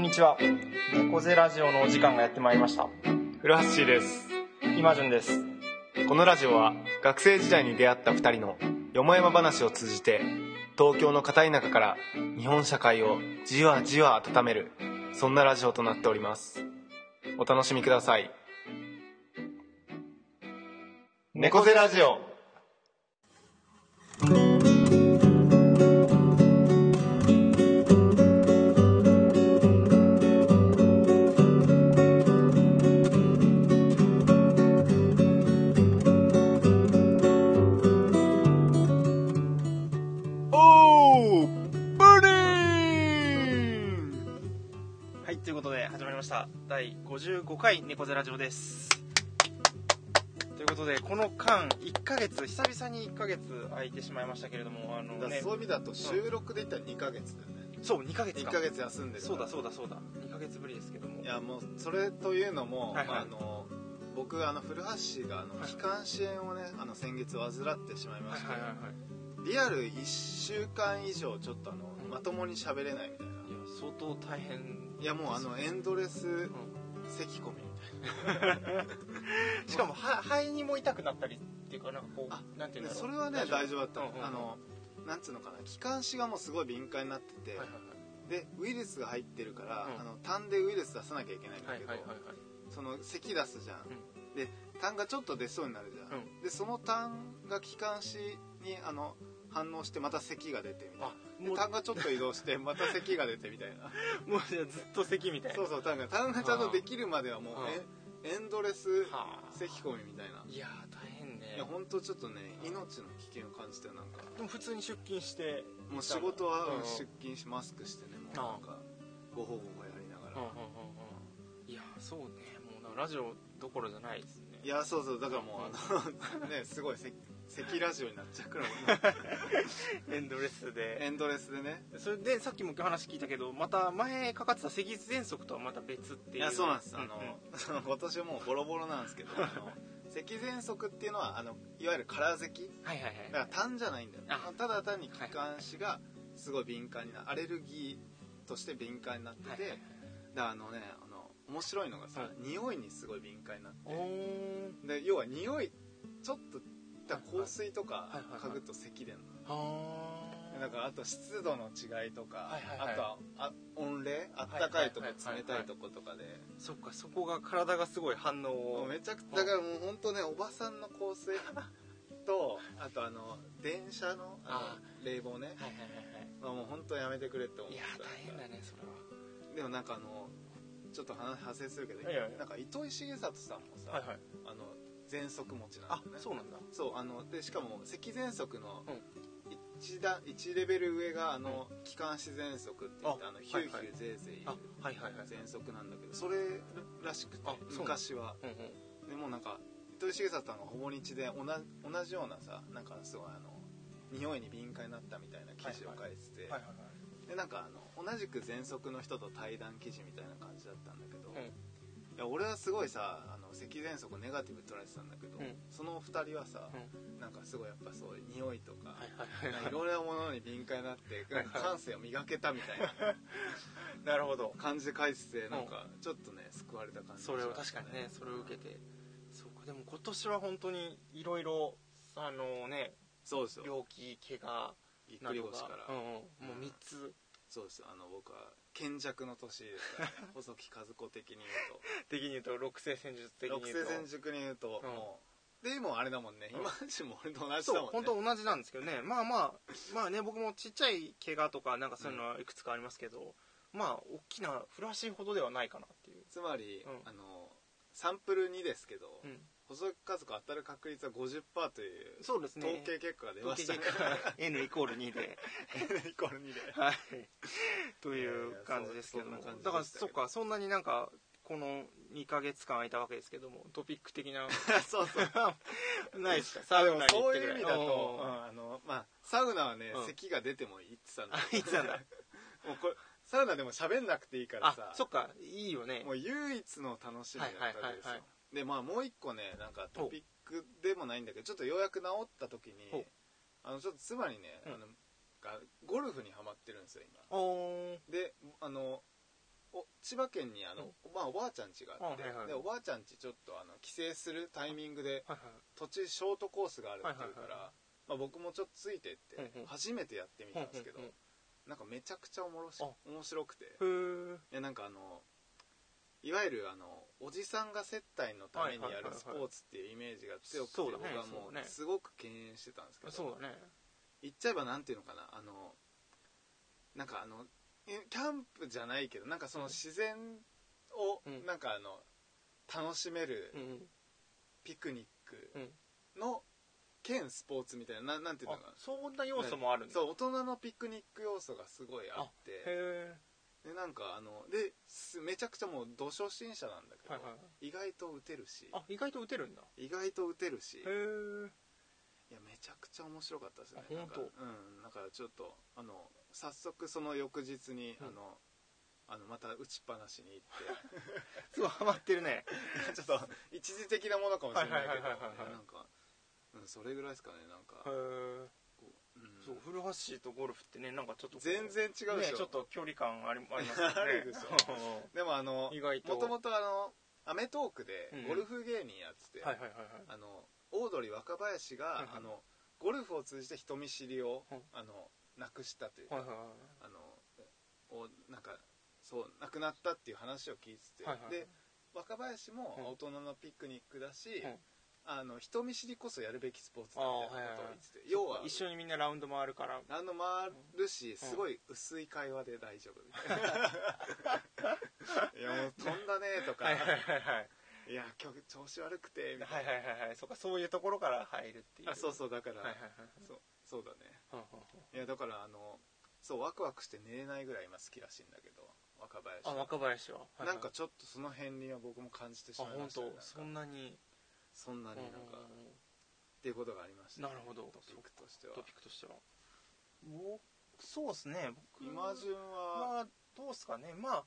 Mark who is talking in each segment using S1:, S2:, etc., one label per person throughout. S1: にちは猫背ラジオのお時間がやってまいりました
S2: 古橋シーです
S1: 今順です
S2: このラジオは学生時代に出会った2人のよもやま話を通じて東京の片田舎から日本社会をじわじわ温めるそんなラジオとなっておりますお楽しみください猫背ラジオおーブリーン
S1: はいということで始まりました第55回猫背ラジオですということでこの間1ヶ月久々に1ヶ月空いてしまいましたけれどもあのね
S3: そういう意味だと収録でいったら2ヶ月だよね、
S1: そう2ヶ月
S3: 2
S1: か
S3: ヶ月休んでる
S1: そうだそううだそうだ2ヶ月ぶりですけども
S3: いやもうそれというのも、
S1: はいはい
S3: あの僕あの古橋氏があの
S1: はい
S3: 気管支炎をねあの先月患ってしまいま
S1: はい
S3: して、
S1: はいはいはい
S3: リアル1週間以上ちょっとあの
S1: うん
S3: まともに喋れないみたいない
S1: や相当大変
S3: いやもうあのエンドレス咳込みみたい
S1: しかもは肺にも痛くなったりっていうかなんかこ
S3: あ
S1: うなんていうん
S3: な
S1: だ
S3: でそ
S1: ろう
S3: れはね大丈夫だったの、
S1: うんうんうん
S3: あのなんつうのかな気管支がもうすごい敏感になってて、
S1: はいはい
S3: でウイルスが入ってるから、
S1: うん
S3: あの痰でウイルス出さなきゃいけないんだ
S1: はい
S3: けど、
S1: はいはいはいはい
S3: その咳出すじゃん、で痰がちょっと出そうになるじゃん、でその痰が気管支にあの反応してまた咳が出てみたい
S1: あ
S3: な
S1: も
S3: で
S1: う
S3: 痰がちょっと移動 してまた咳が出てみたいな
S1: もうじゃあずっと咳みたいな
S3: そうそう痰が痰がちゃんとできるまではもう
S1: あ
S3: えエンドレス
S1: はあ
S3: 咳込みみたいない
S1: やー大変ね
S3: いや本当ちょっとね命の危険を感じてなんか
S1: でも普通に出勤して
S3: もう仕事は
S1: うん
S3: うん出勤しマスクしてねもう
S1: ああ
S3: なんかごほごほやりなが
S1: うんうん
S3: ら
S1: うんうんいやーそうねもうだからラジオどころじゃないですね
S3: いやそうそうだからもうあのねすごい咳咳ラジオになっちゃうからもうね
S1: エンドレス
S3: エ
S1: で
S3: ンドレスでね
S1: それでさっきも話聞いたけどまた前かかってた咳喘息とはまた別っていう
S3: い
S1: い
S3: やそうなんです、あ
S1: うん
S3: のその今年もうボロボロなんですけどあの咳喘息っていうのはあのいわゆる空咳
S1: はいはい
S3: だか
S1: はい
S3: ら痰じゃないんだよね
S1: あ
S3: ただ単に気管支がすごい敏感になアレルギーとして敏感になってて、
S1: はいはい
S3: だからあのねあの面白いのがさ、
S1: はい
S3: 匂いにすごい敏感になって
S1: おー
S3: で要は匂いちょっとだから香水とか
S1: はいはいはい
S3: 嗅ぐと咳出るの、
S1: はー
S3: だからあと湿度の違いとか、
S1: はいはいはい
S3: あとはあ温冷あったかいとこ
S1: はいはいはいは
S3: 冷たい
S1: い
S3: とことかで、
S1: そっかそこが体がすごい反応
S3: も
S1: を
S3: うめちゃくちゃだからもう本当ねおばさんの香水 とあとあの電車のあ
S1: あ
S3: の冷房ね、
S1: はいはいはい
S3: まあ、もう本当やめてくれって思っ
S1: はいい
S3: た
S1: やー大変だねそれは
S3: でもなんかあのちょっと話派生するけど、
S1: いやいや
S3: なんか糸井重里さんもさ、
S1: はいはい
S3: あの喘息持ちな
S1: あ
S3: んだよね
S1: そうなんだ
S3: そうあのでしかも咳喘息の
S1: うん
S3: 一段一レベル上があの、気管支喘息って言ってあのヒューヒューゼーゼ
S1: あ
S3: ー
S1: はいはいはい
S3: 喘息なんだけどそれらしくて
S1: あそうなんだ
S3: 昔は
S1: うんうん
S3: でもなんか糸井重里さんがほぼ日で同じ同じようなさなんかすごいあの匂いに敏感になったみたいな記事を書いてて、
S1: はいはいはい
S3: でなんかあの同じく喘息の人と対談記事みたいな感じだったんだけど、
S1: ん
S3: いや俺はすごいさあの咳喘息ネガティブ取られてたんだけど、
S1: うん
S3: その2人はさ、なんかすごいやっぱそういう匂いとか、
S1: はいはい
S3: なん
S1: は
S3: かい
S1: い
S3: ろいろなものに敏感になって
S1: は
S3: ないんか感性を磨けたみたいな
S1: なるほど
S3: 感じで書いててなんかちょっとね救われた感じ
S1: それを確かにねそれを受けてそうかでも今年は本当にいろいろあのね
S3: そうですよ
S1: 病気怪我
S3: ぎっ
S1: な
S3: くり
S1: ど
S3: 腰か
S1: が
S3: ら、
S1: うんうんもう3つ
S3: そうですよあの僕は賢弱の年です からね細木和子的に言うと
S1: 的に言うと六星戦術 的に
S3: 六
S1: 言
S3: 世
S1: う
S3: 戦
S1: と
S3: 塾に言うと、
S1: うん
S3: もうでもあれだもんね
S1: うん
S3: 今までも俺と同じだ
S1: そ
S3: もん
S1: う
S3: ね
S1: 本当同じなんですけどねまあまあまあね僕もちっちゃい怪我とかなんかそういうのはいくつかありますけどまあ大きなフラッシュほどではないかなっていう
S3: つまり、
S1: うん
S3: あのサンプル2ですけど、
S1: うん
S3: 細木数子当たる確率は50%という
S1: そうですね
S3: 統計結果が出ま
S1: 統計
S3: した
S1: 結
S3: ね
S1: 果 N イコール2で
S3: イコール2で
S1: はい、という感じですけども
S3: いやいやそうそんな感じでしたけど
S1: だからそっかそんなになんかこの2か月間空いたわけですけどもトピック 的な
S3: そうそう
S1: ないですか
S3: あ
S1: サ
S3: で
S1: ウ
S3: も
S1: ナに行
S3: そ
S1: っ
S3: う
S1: てぐ
S3: いう意
S1: らい
S3: 味だと、
S1: おー
S3: うんあのまあ、サウナはね、
S1: うん
S3: 咳が出てもいいって言ってたん
S1: あ
S3: だ
S1: いつ なんだ
S3: もうこれサウナでも喋んなくていいから
S1: あ
S3: さ
S1: そっかいいよね
S3: もう唯一の楽しみだったわけですよ、
S1: はいはいはいはい
S3: でまあもう一個ねなんかトピックでもないんだけどちょっとようやく治った時
S1: ほう
S3: にあのちょっと妻にね、
S1: うん
S3: あのがゴルフにはまってるんですよ今
S1: おー
S3: であのお千葉県にあの、まあ、おばあちゃん家があって、
S1: あはいはい
S3: でおばあちゃん家ちょっとあの帰省するタイミングで
S1: はい
S3: 途中ショートコースがあるっていうから、
S1: はいはいは
S3: まあ、僕もちょっとついてって、
S1: うんうん
S3: 初めてやってみたんですけど、
S1: うんうん
S3: なんかめちゃくちゃおもろし
S1: あ
S3: 面白くてい
S1: ふー
S3: やなんかあのいわゆるあのおじさんが接待のためにやるスポーツっていうイメージが強くて、
S1: はいはいはいはい
S3: 僕はも
S1: そうだねそうだね
S3: うすごく敬遠してたんですけど
S1: そうだね
S3: 言っちゃえばなんていうのかなあのなんかあのえキャンプじゃないけどなんかその自然を
S1: うん
S3: なんかあの楽しめる
S1: うん
S3: ピクニッ
S1: う
S3: ク
S1: ん
S3: の兼スポーツみたいなななんていうのか
S1: あ
S3: な
S1: そんな要素もあるんだ
S3: そう大人のピクニック要素がすごいあって
S1: へ
S3: でなんかあのですめちゃくちゃもうど初心者なんだけ
S1: え
S3: ど、
S1: はいはい
S3: 意外と打てるし
S1: あ意外と打てるんだ
S3: 意外と打てるし
S1: へえ
S3: いやめちゃくちゃ面白かったですね
S1: あ
S3: なんか
S1: 本
S3: うんだからちょっとあの早速その翌日に、
S1: うん
S3: あのあのまた打ちっぱなしに
S1: すごいハマってるね
S3: 行って ちょっと一時的なものかもしれないけど
S1: はいはいはいはいはいはい
S3: なんか、うん、それぐらいですかねなんか、
S1: へえ
S3: こううん
S1: そう古橋とゴルフってねなんかちょっとこう
S3: 全然違うでしょ、
S1: ねちょっと距離感あり ありますよね
S3: あるでしでもあの
S1: 意外と
S3: もともとあの『アメトーーク』で
S1: うん
S3: ゴルフ芸人やってて、
S1: はいはいはいはい
S3: あのオードリー若林が、
S1: うん
S3: あのゴルフを通じて人見知りを、
S1: うん
S3: あのなくしたというか、
S1: はいはいは
S3: あのおなんかそう亡くなったっていう話を聞いてて、
S1: はいはい
S3: で若林
S1: うん
S3: も大人のピクニックだし、
S1: うん
S3: あの人見知りこそやるべきスポーツだみたいなことを言ってて、
S1: い
S3: 要は
S1: 一緒にみんなラウンド回るから
S3: あの回るしすごい薄い会話で大丈夫み たいないやもう飛んだねとか
S1: はいはいはいはい
S3: いや今日調子悪くてみたいな、
S1: はいはいはいはいそうかそういうところから入るっていう
S3: あそう
S1: う
S3: そうだから、
S1: はいはいはい
S3: そうそうだね
S1: はんはん
S3: いやだからあのそうワクワクして寝れないぐらい今好きらしいんだけど若林
S1: はんあ若林は、はいはい
S3: なんかちょっとその片鱗は僕も感じてし
S1: あ
S3: まい
S1: 本
S3: ましたね
S1: 当そんなに
S3: そんなになんか
S1: うんうんうん
S3: っていうことがありました
S1: なるほど
S3: トピックとしては
S1: トピックとしては僕そうですね僕
S3: 今順は
S1: まあどうですかねまあ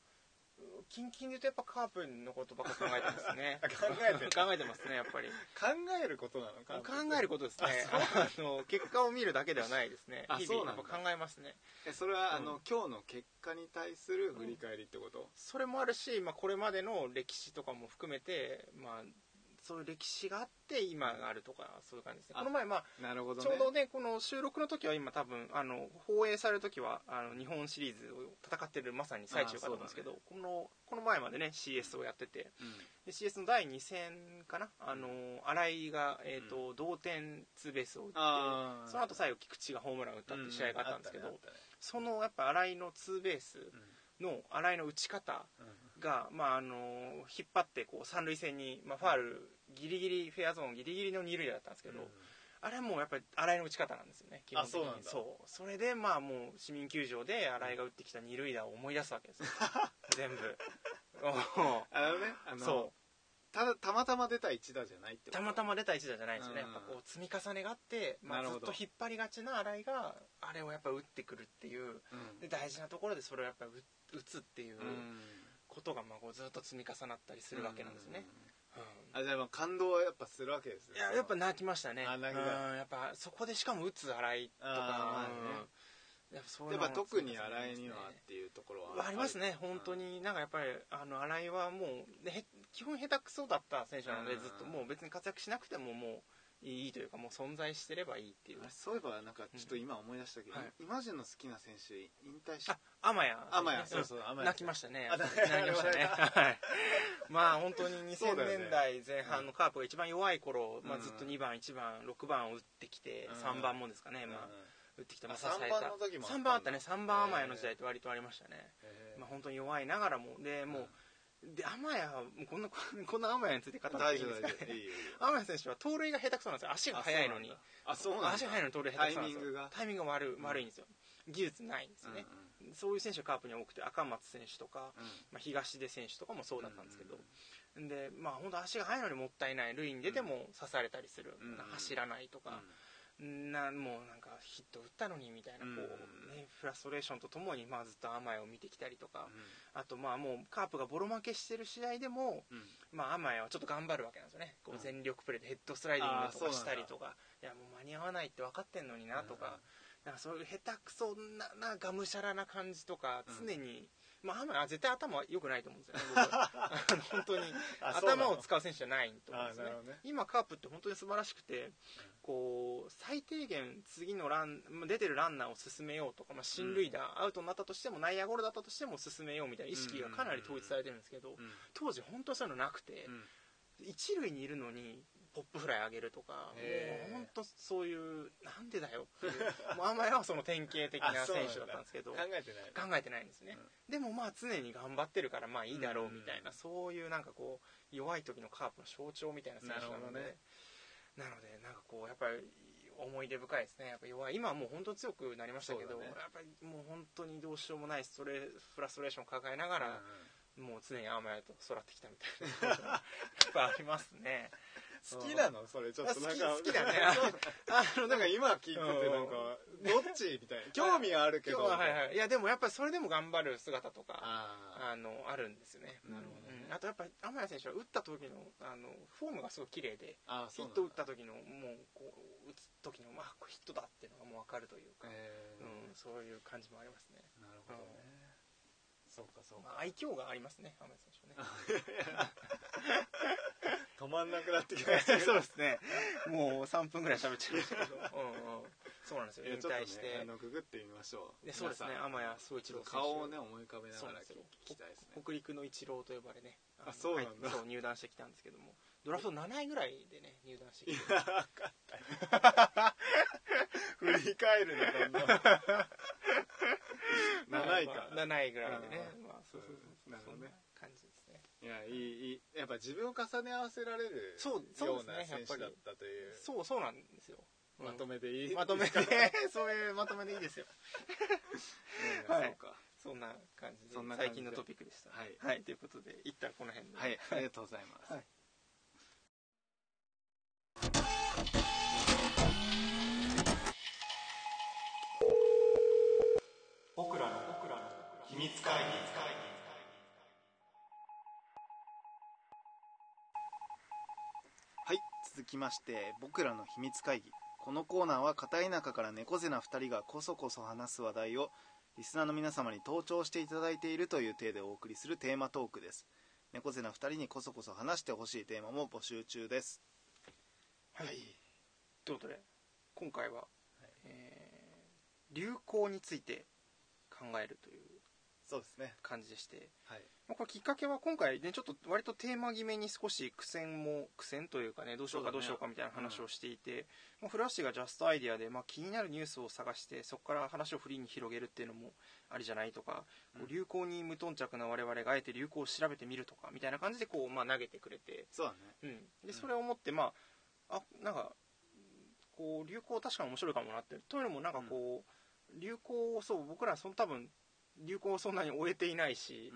S1: うんキンキンで言うとやっぱカープのことばっか考えてますね
S3: あ考えてる
S1: 考えてますねやっぱり
S3: 考えることなのか
S1: 考えることですねあの結果を見るだけではないですね
S3: あ
S1: 日々
S3: そうな
S1: や
S3: ん
S1: っ
S3: だ
S1: ぱ考えますね
S3: えそれはあ
S1: う
S3: の
S1: ん
S3: 今日の結果に対する振り返りってこと
S1: それもあるし、まあ、これまでの歴史とかも含めてまあそういう歴史があって今があるとかそういう感じですね
S3: あ
S1: この前まあ
S3: なるほど
S1: ち
S3: ね
S1: ょうどねこの収録の時は今多分あの放映される時はあの日本シリーズを戦ってるまさに最中かと思うんですけど、このこの前までね CS をやってて
S3: う
S1: で CS の第2戦かなあの新井が、えーと同点ツーベースを打って
S3: んああ
S1: その後最後菊池がホームランを打ったっていう試合があったんですけど、
S3: うあったね
S1: そのやっぱ新井のツーベース
S3: あったね
S1: の新井の打ち方
S3: うんうん
S1: が、まああの引っ張ってこう三塁線に、まあ、ファールギリギリフェアゾーンギリギリの二塁打だったんですけど、あれはもうやっぱり新井の打ち方なんですよね基本的に
S3: あそうなんだ
S1: そうそれでまあもう市民球場で新井が打ってきた二塁打を思い出すわけで すよ全部お
S3: あのねあ
S1: う
S3: の
S1: そ
S3: ただたまたま出た一打じゃないってこ
S1: う
S3: と
S1: たまたま出た一打じゃないんですよね、
S3: うん
S1: やっぱこう積み重ねがあって、ま
S3: な
S1: あ、
S3: る
S1: ずっ
S3: ほど
S1: と引っ張りがちな新井があれをやっぱ打ってくるっていう
S3: うん
S1: で大事なところでそれをやっぱ打打つっていう
S3: うん
S1: ことがまあこうずっと積み重なったりするわけなんですね、うん
S3: あじゃあまあ感動はやっぱするわけですね
S1: いややっぱ泣きましたね
S3: あ泣いた
S1: うんやっぱそこでしかも打つ新井とか
S3: あーまあね
S1: うんやっぱそうい
S3: や
S1: う
S3: っ
S1: の
S3: ぱ
S1: も
S3: 特に新井には
S1: そう
S3: っ
S1: ですね
S3: ていうところ
S1: うわ
S3: は
S1: ありますね
S3: うん
S1: 本当になんかやっぱりあの新井はもうねへ基本下手くそだった選手なので
S3: うん
S1: ずっともう別に活躍しなくてももういいというかもう存在してればいいっていう
S3: あそういえばなんかちょっと今思い出したけど、
S1: うんはい
S3: イマジンの好きな選手引退し
S1: あ天谷
S3: 天谷そうそう天谷
S1: 泣きましたね
S3: あ
S1: 泣きましたねはいまあ本当に
S3: そ
S1: 2000
S3: うだよね
S1: 年代前半のカープが一番弱い頃、まあ、
S3: うん
S1: ずっと2番1番6番を打ってきて
S3: うん
S1: 3番もですかね、
S3: た
S1: まあ、打ってきた、
S3: あ
S1: まあ、
S3: 3番の時もあったんだ
S1: 3番あったね3番天谷の時代って割とありましたね、まあ、本当に弱いながらもでもう、で天谷はもうこんな こんな天谷について語って
S3: 大
S1: いい
S3: 丈
S1: んで
S3: 夫
S1: す
S3: 大
S1: か
S3: 丈夫いいよい
S1: ね
S3: いよ
S1: 天谷選手は盗塁が下手くそなんですよ足が速いのに
S3: あそうなんだ
S1: 足が速いのに盗塁下手くそなんです
S3: タイミ
S1: よ
S3: ングが
S1: タイミングが悪い悪いんですよ技術ないんですよね、そういう選手がカープには多くて赤松選手とか、
S3: うんうん
S1: まあ、東出選手とかもそうだったんですけど、でまあ本当足が速いのにもったいない塁に出ても刺されたりする、
S3: うん
S1: 走らないと
S3: うん
S1: か、なもうなんかヒット打ったのにみたいなこう、
S3: うん
S1: ね、フラストレーションとともに、まあ、ずっと甘えを見てきたりとか、
S3: う
S1: あとまあもうカープがボロ負けしてる試合でも、
S3: んうん
S1: まあ、甘えはちょっと頑張るわけなんですよねこ
S3: う
S1: うん全力プレーでヘッドスライディングと
S3: あー
S1: か
S3: そうなん
S1: し
S3: だ
S1: たりとかいやもう間に合わないって分かってんのになとか,、なんかそういう下手くそなながむしゃらな感じとか
S3: うん
S1: 常にまあ、あ絶対頭は良くないと思うんですよね、僕 はあの本当に頭を使う選手じゃないと思うん
S3: あ
S1: です
S3: なる
S1: よね
S3: ほどね
S1: 今カープって本当に素晴らしくてこう最低限次のランまあ出てるランナーを進めようとか、まあ、進塁打、アウトになったとしても内野ゴロだったとしても進めようみたいな意識がかなり統一されてるんですけど
S3: うん
S1: 当時本当にそういうのなくて
S3: うん
S1: 一塁にいるのにポップフライ上げるとか
S3: へー
S1: もう本当そういうなんでだよっ ていうもう甘えはその典型的な
S3: あそうな
S1: 選
S3: んだ
S1: 手だったんですけど
S3: 考えてない
S1: 考えてないんですね、でもまあ常に頑張ってるからまあいいだろうみたいな、そういうなんかこう弱い時のカープの象徴みたいな選手なので
S3: なるほどね
S1: なのでなんかこうやっぱり思い出深いですねやっぱ弱い今はもう本当に強くなりましたけ
S3: そ
S1: ど、
S3: うだね
S1: やっぱりもう本当にどうしようもないストレフラストレーションを抱えなが
S3: うん
S1: ら、もう常に甘えと育ってきたみたいなやっぱありますね
S3: 好きなのそれちょっと
S1: あ
S3: なん
S1: 好き
S3: か
S1: 好き だねあの
S3: なんか今聞いててなんかどっちみたいな興味はあるけ
S1: 今
S3: ど
S1: 日ははいはいいやでもやっぱりそれでも頑張る姿とか
S3: あ
S1: あのあるんですよね
S3: なるほどね
S1: うんあとやっぱり天谷選手は打った時のあのフォームがすごい綺麗で
S3: ーあー
S1: ヒ
S3: そう
S1: ッ
S3: なんだ
S1: ト打った時のもうこう打つ時のまあこれヒットだっていうのがもう分かるというか、
S3: えー
S1: うん、そういう感じもありますね、
S3: なるほどねそうかそう
S1: ま
S3: か
S1: あ、愛嬌がありますね天谷選手は ね
S3: 止まんなくなってきましたけ ど
S1: うですねもう3分ぐらい喋っちゃいましたけど、 うんうん、そうなんですよ
S3: いや
S1: 引
S3: ちょっと
S1: 退
S3: ね
S1: して、
S3: あのググってみましょう
S1: でそうですね
S3: 皆さん
S1: 天谷総一
S3: ちょ
S1: 郎
S3: っと
S1: 選手
S3: 顔をね思い浮かべな
S1: そ
S3: が
S1: うな
S3: ら
S1: んですよ
S3: 聞きたいですね
S1: 北陸の一郎と呼ばれね
S3: あ
S1: の
S3: そうなんだ
S1: はいそう入団してきたんですけどもドラフト7位ぐらいでね入団して きて
S3: 分かったよ 振り返るの どんどん7位か
S1: まあまあ7位ぐらいでね
S3: う
S1: まあそうそうそう
S3: なるほ
S1: そ
S3: ど
S1: ん
S3: ね
S1: な感じですね
S3: いやいいいいやっぱ自分を重ね合わせられる
S1: そうそう
S3: よ
S1: で
S3: う
S1: すね
S3: な選
S1: や
S3: 手
S1: っぱり
S3: だったという
S1: そうそうなんですようん
S3: まとめでいい
S1: まと めでそういうまと めでいいですよ
S3: うん
S1: はい
S3: そうか
S1: そんな感じで
S3: そんな感じ
S1: 最
S3: で
S1: 近のトピックでした
S3: はい
S1: はいということで一旦この辺で
S3: はいありがとうございます
S1: はい
S2: 僕らの僕らの秘密会議
S3: はい続きまして僕らの秘密会議このコーナーは片田舎から猫背な2人がこそこそ話す話題をリスナーの皆様に登聴していただいているという体でお送りするテーマトークです猫背な2人にこそこそ話してほしいテーマも募集中です
S1: はいということで今回はえー流行について考えるという
S3: そうですね
S1: 感じでして
S3: はい
S1: まあこれきっかけは今回ねちょっと割とテーマ決めに少し苦戦も苦戦というかねどうしようか
S3: そ
S1: ど
S3: うだね
S1: うしようかみたいな話をしていて、まあフラッシュがジャストアイディアで、まあ、気になるニュースを探してそこから話をフリーに広げるっていうのもありじゃないとか、こう流行に無頓着な我々があえて流行を調べてみるとかみたいな感じでこう、まあ、投げてくれて、
S3: そうだね
S1: うん、でそれを持ってまああなんかこう流行確かに面白いかもなってというのもなんかこう、流行をそう僕らその多分流行をそんなに終えていないし、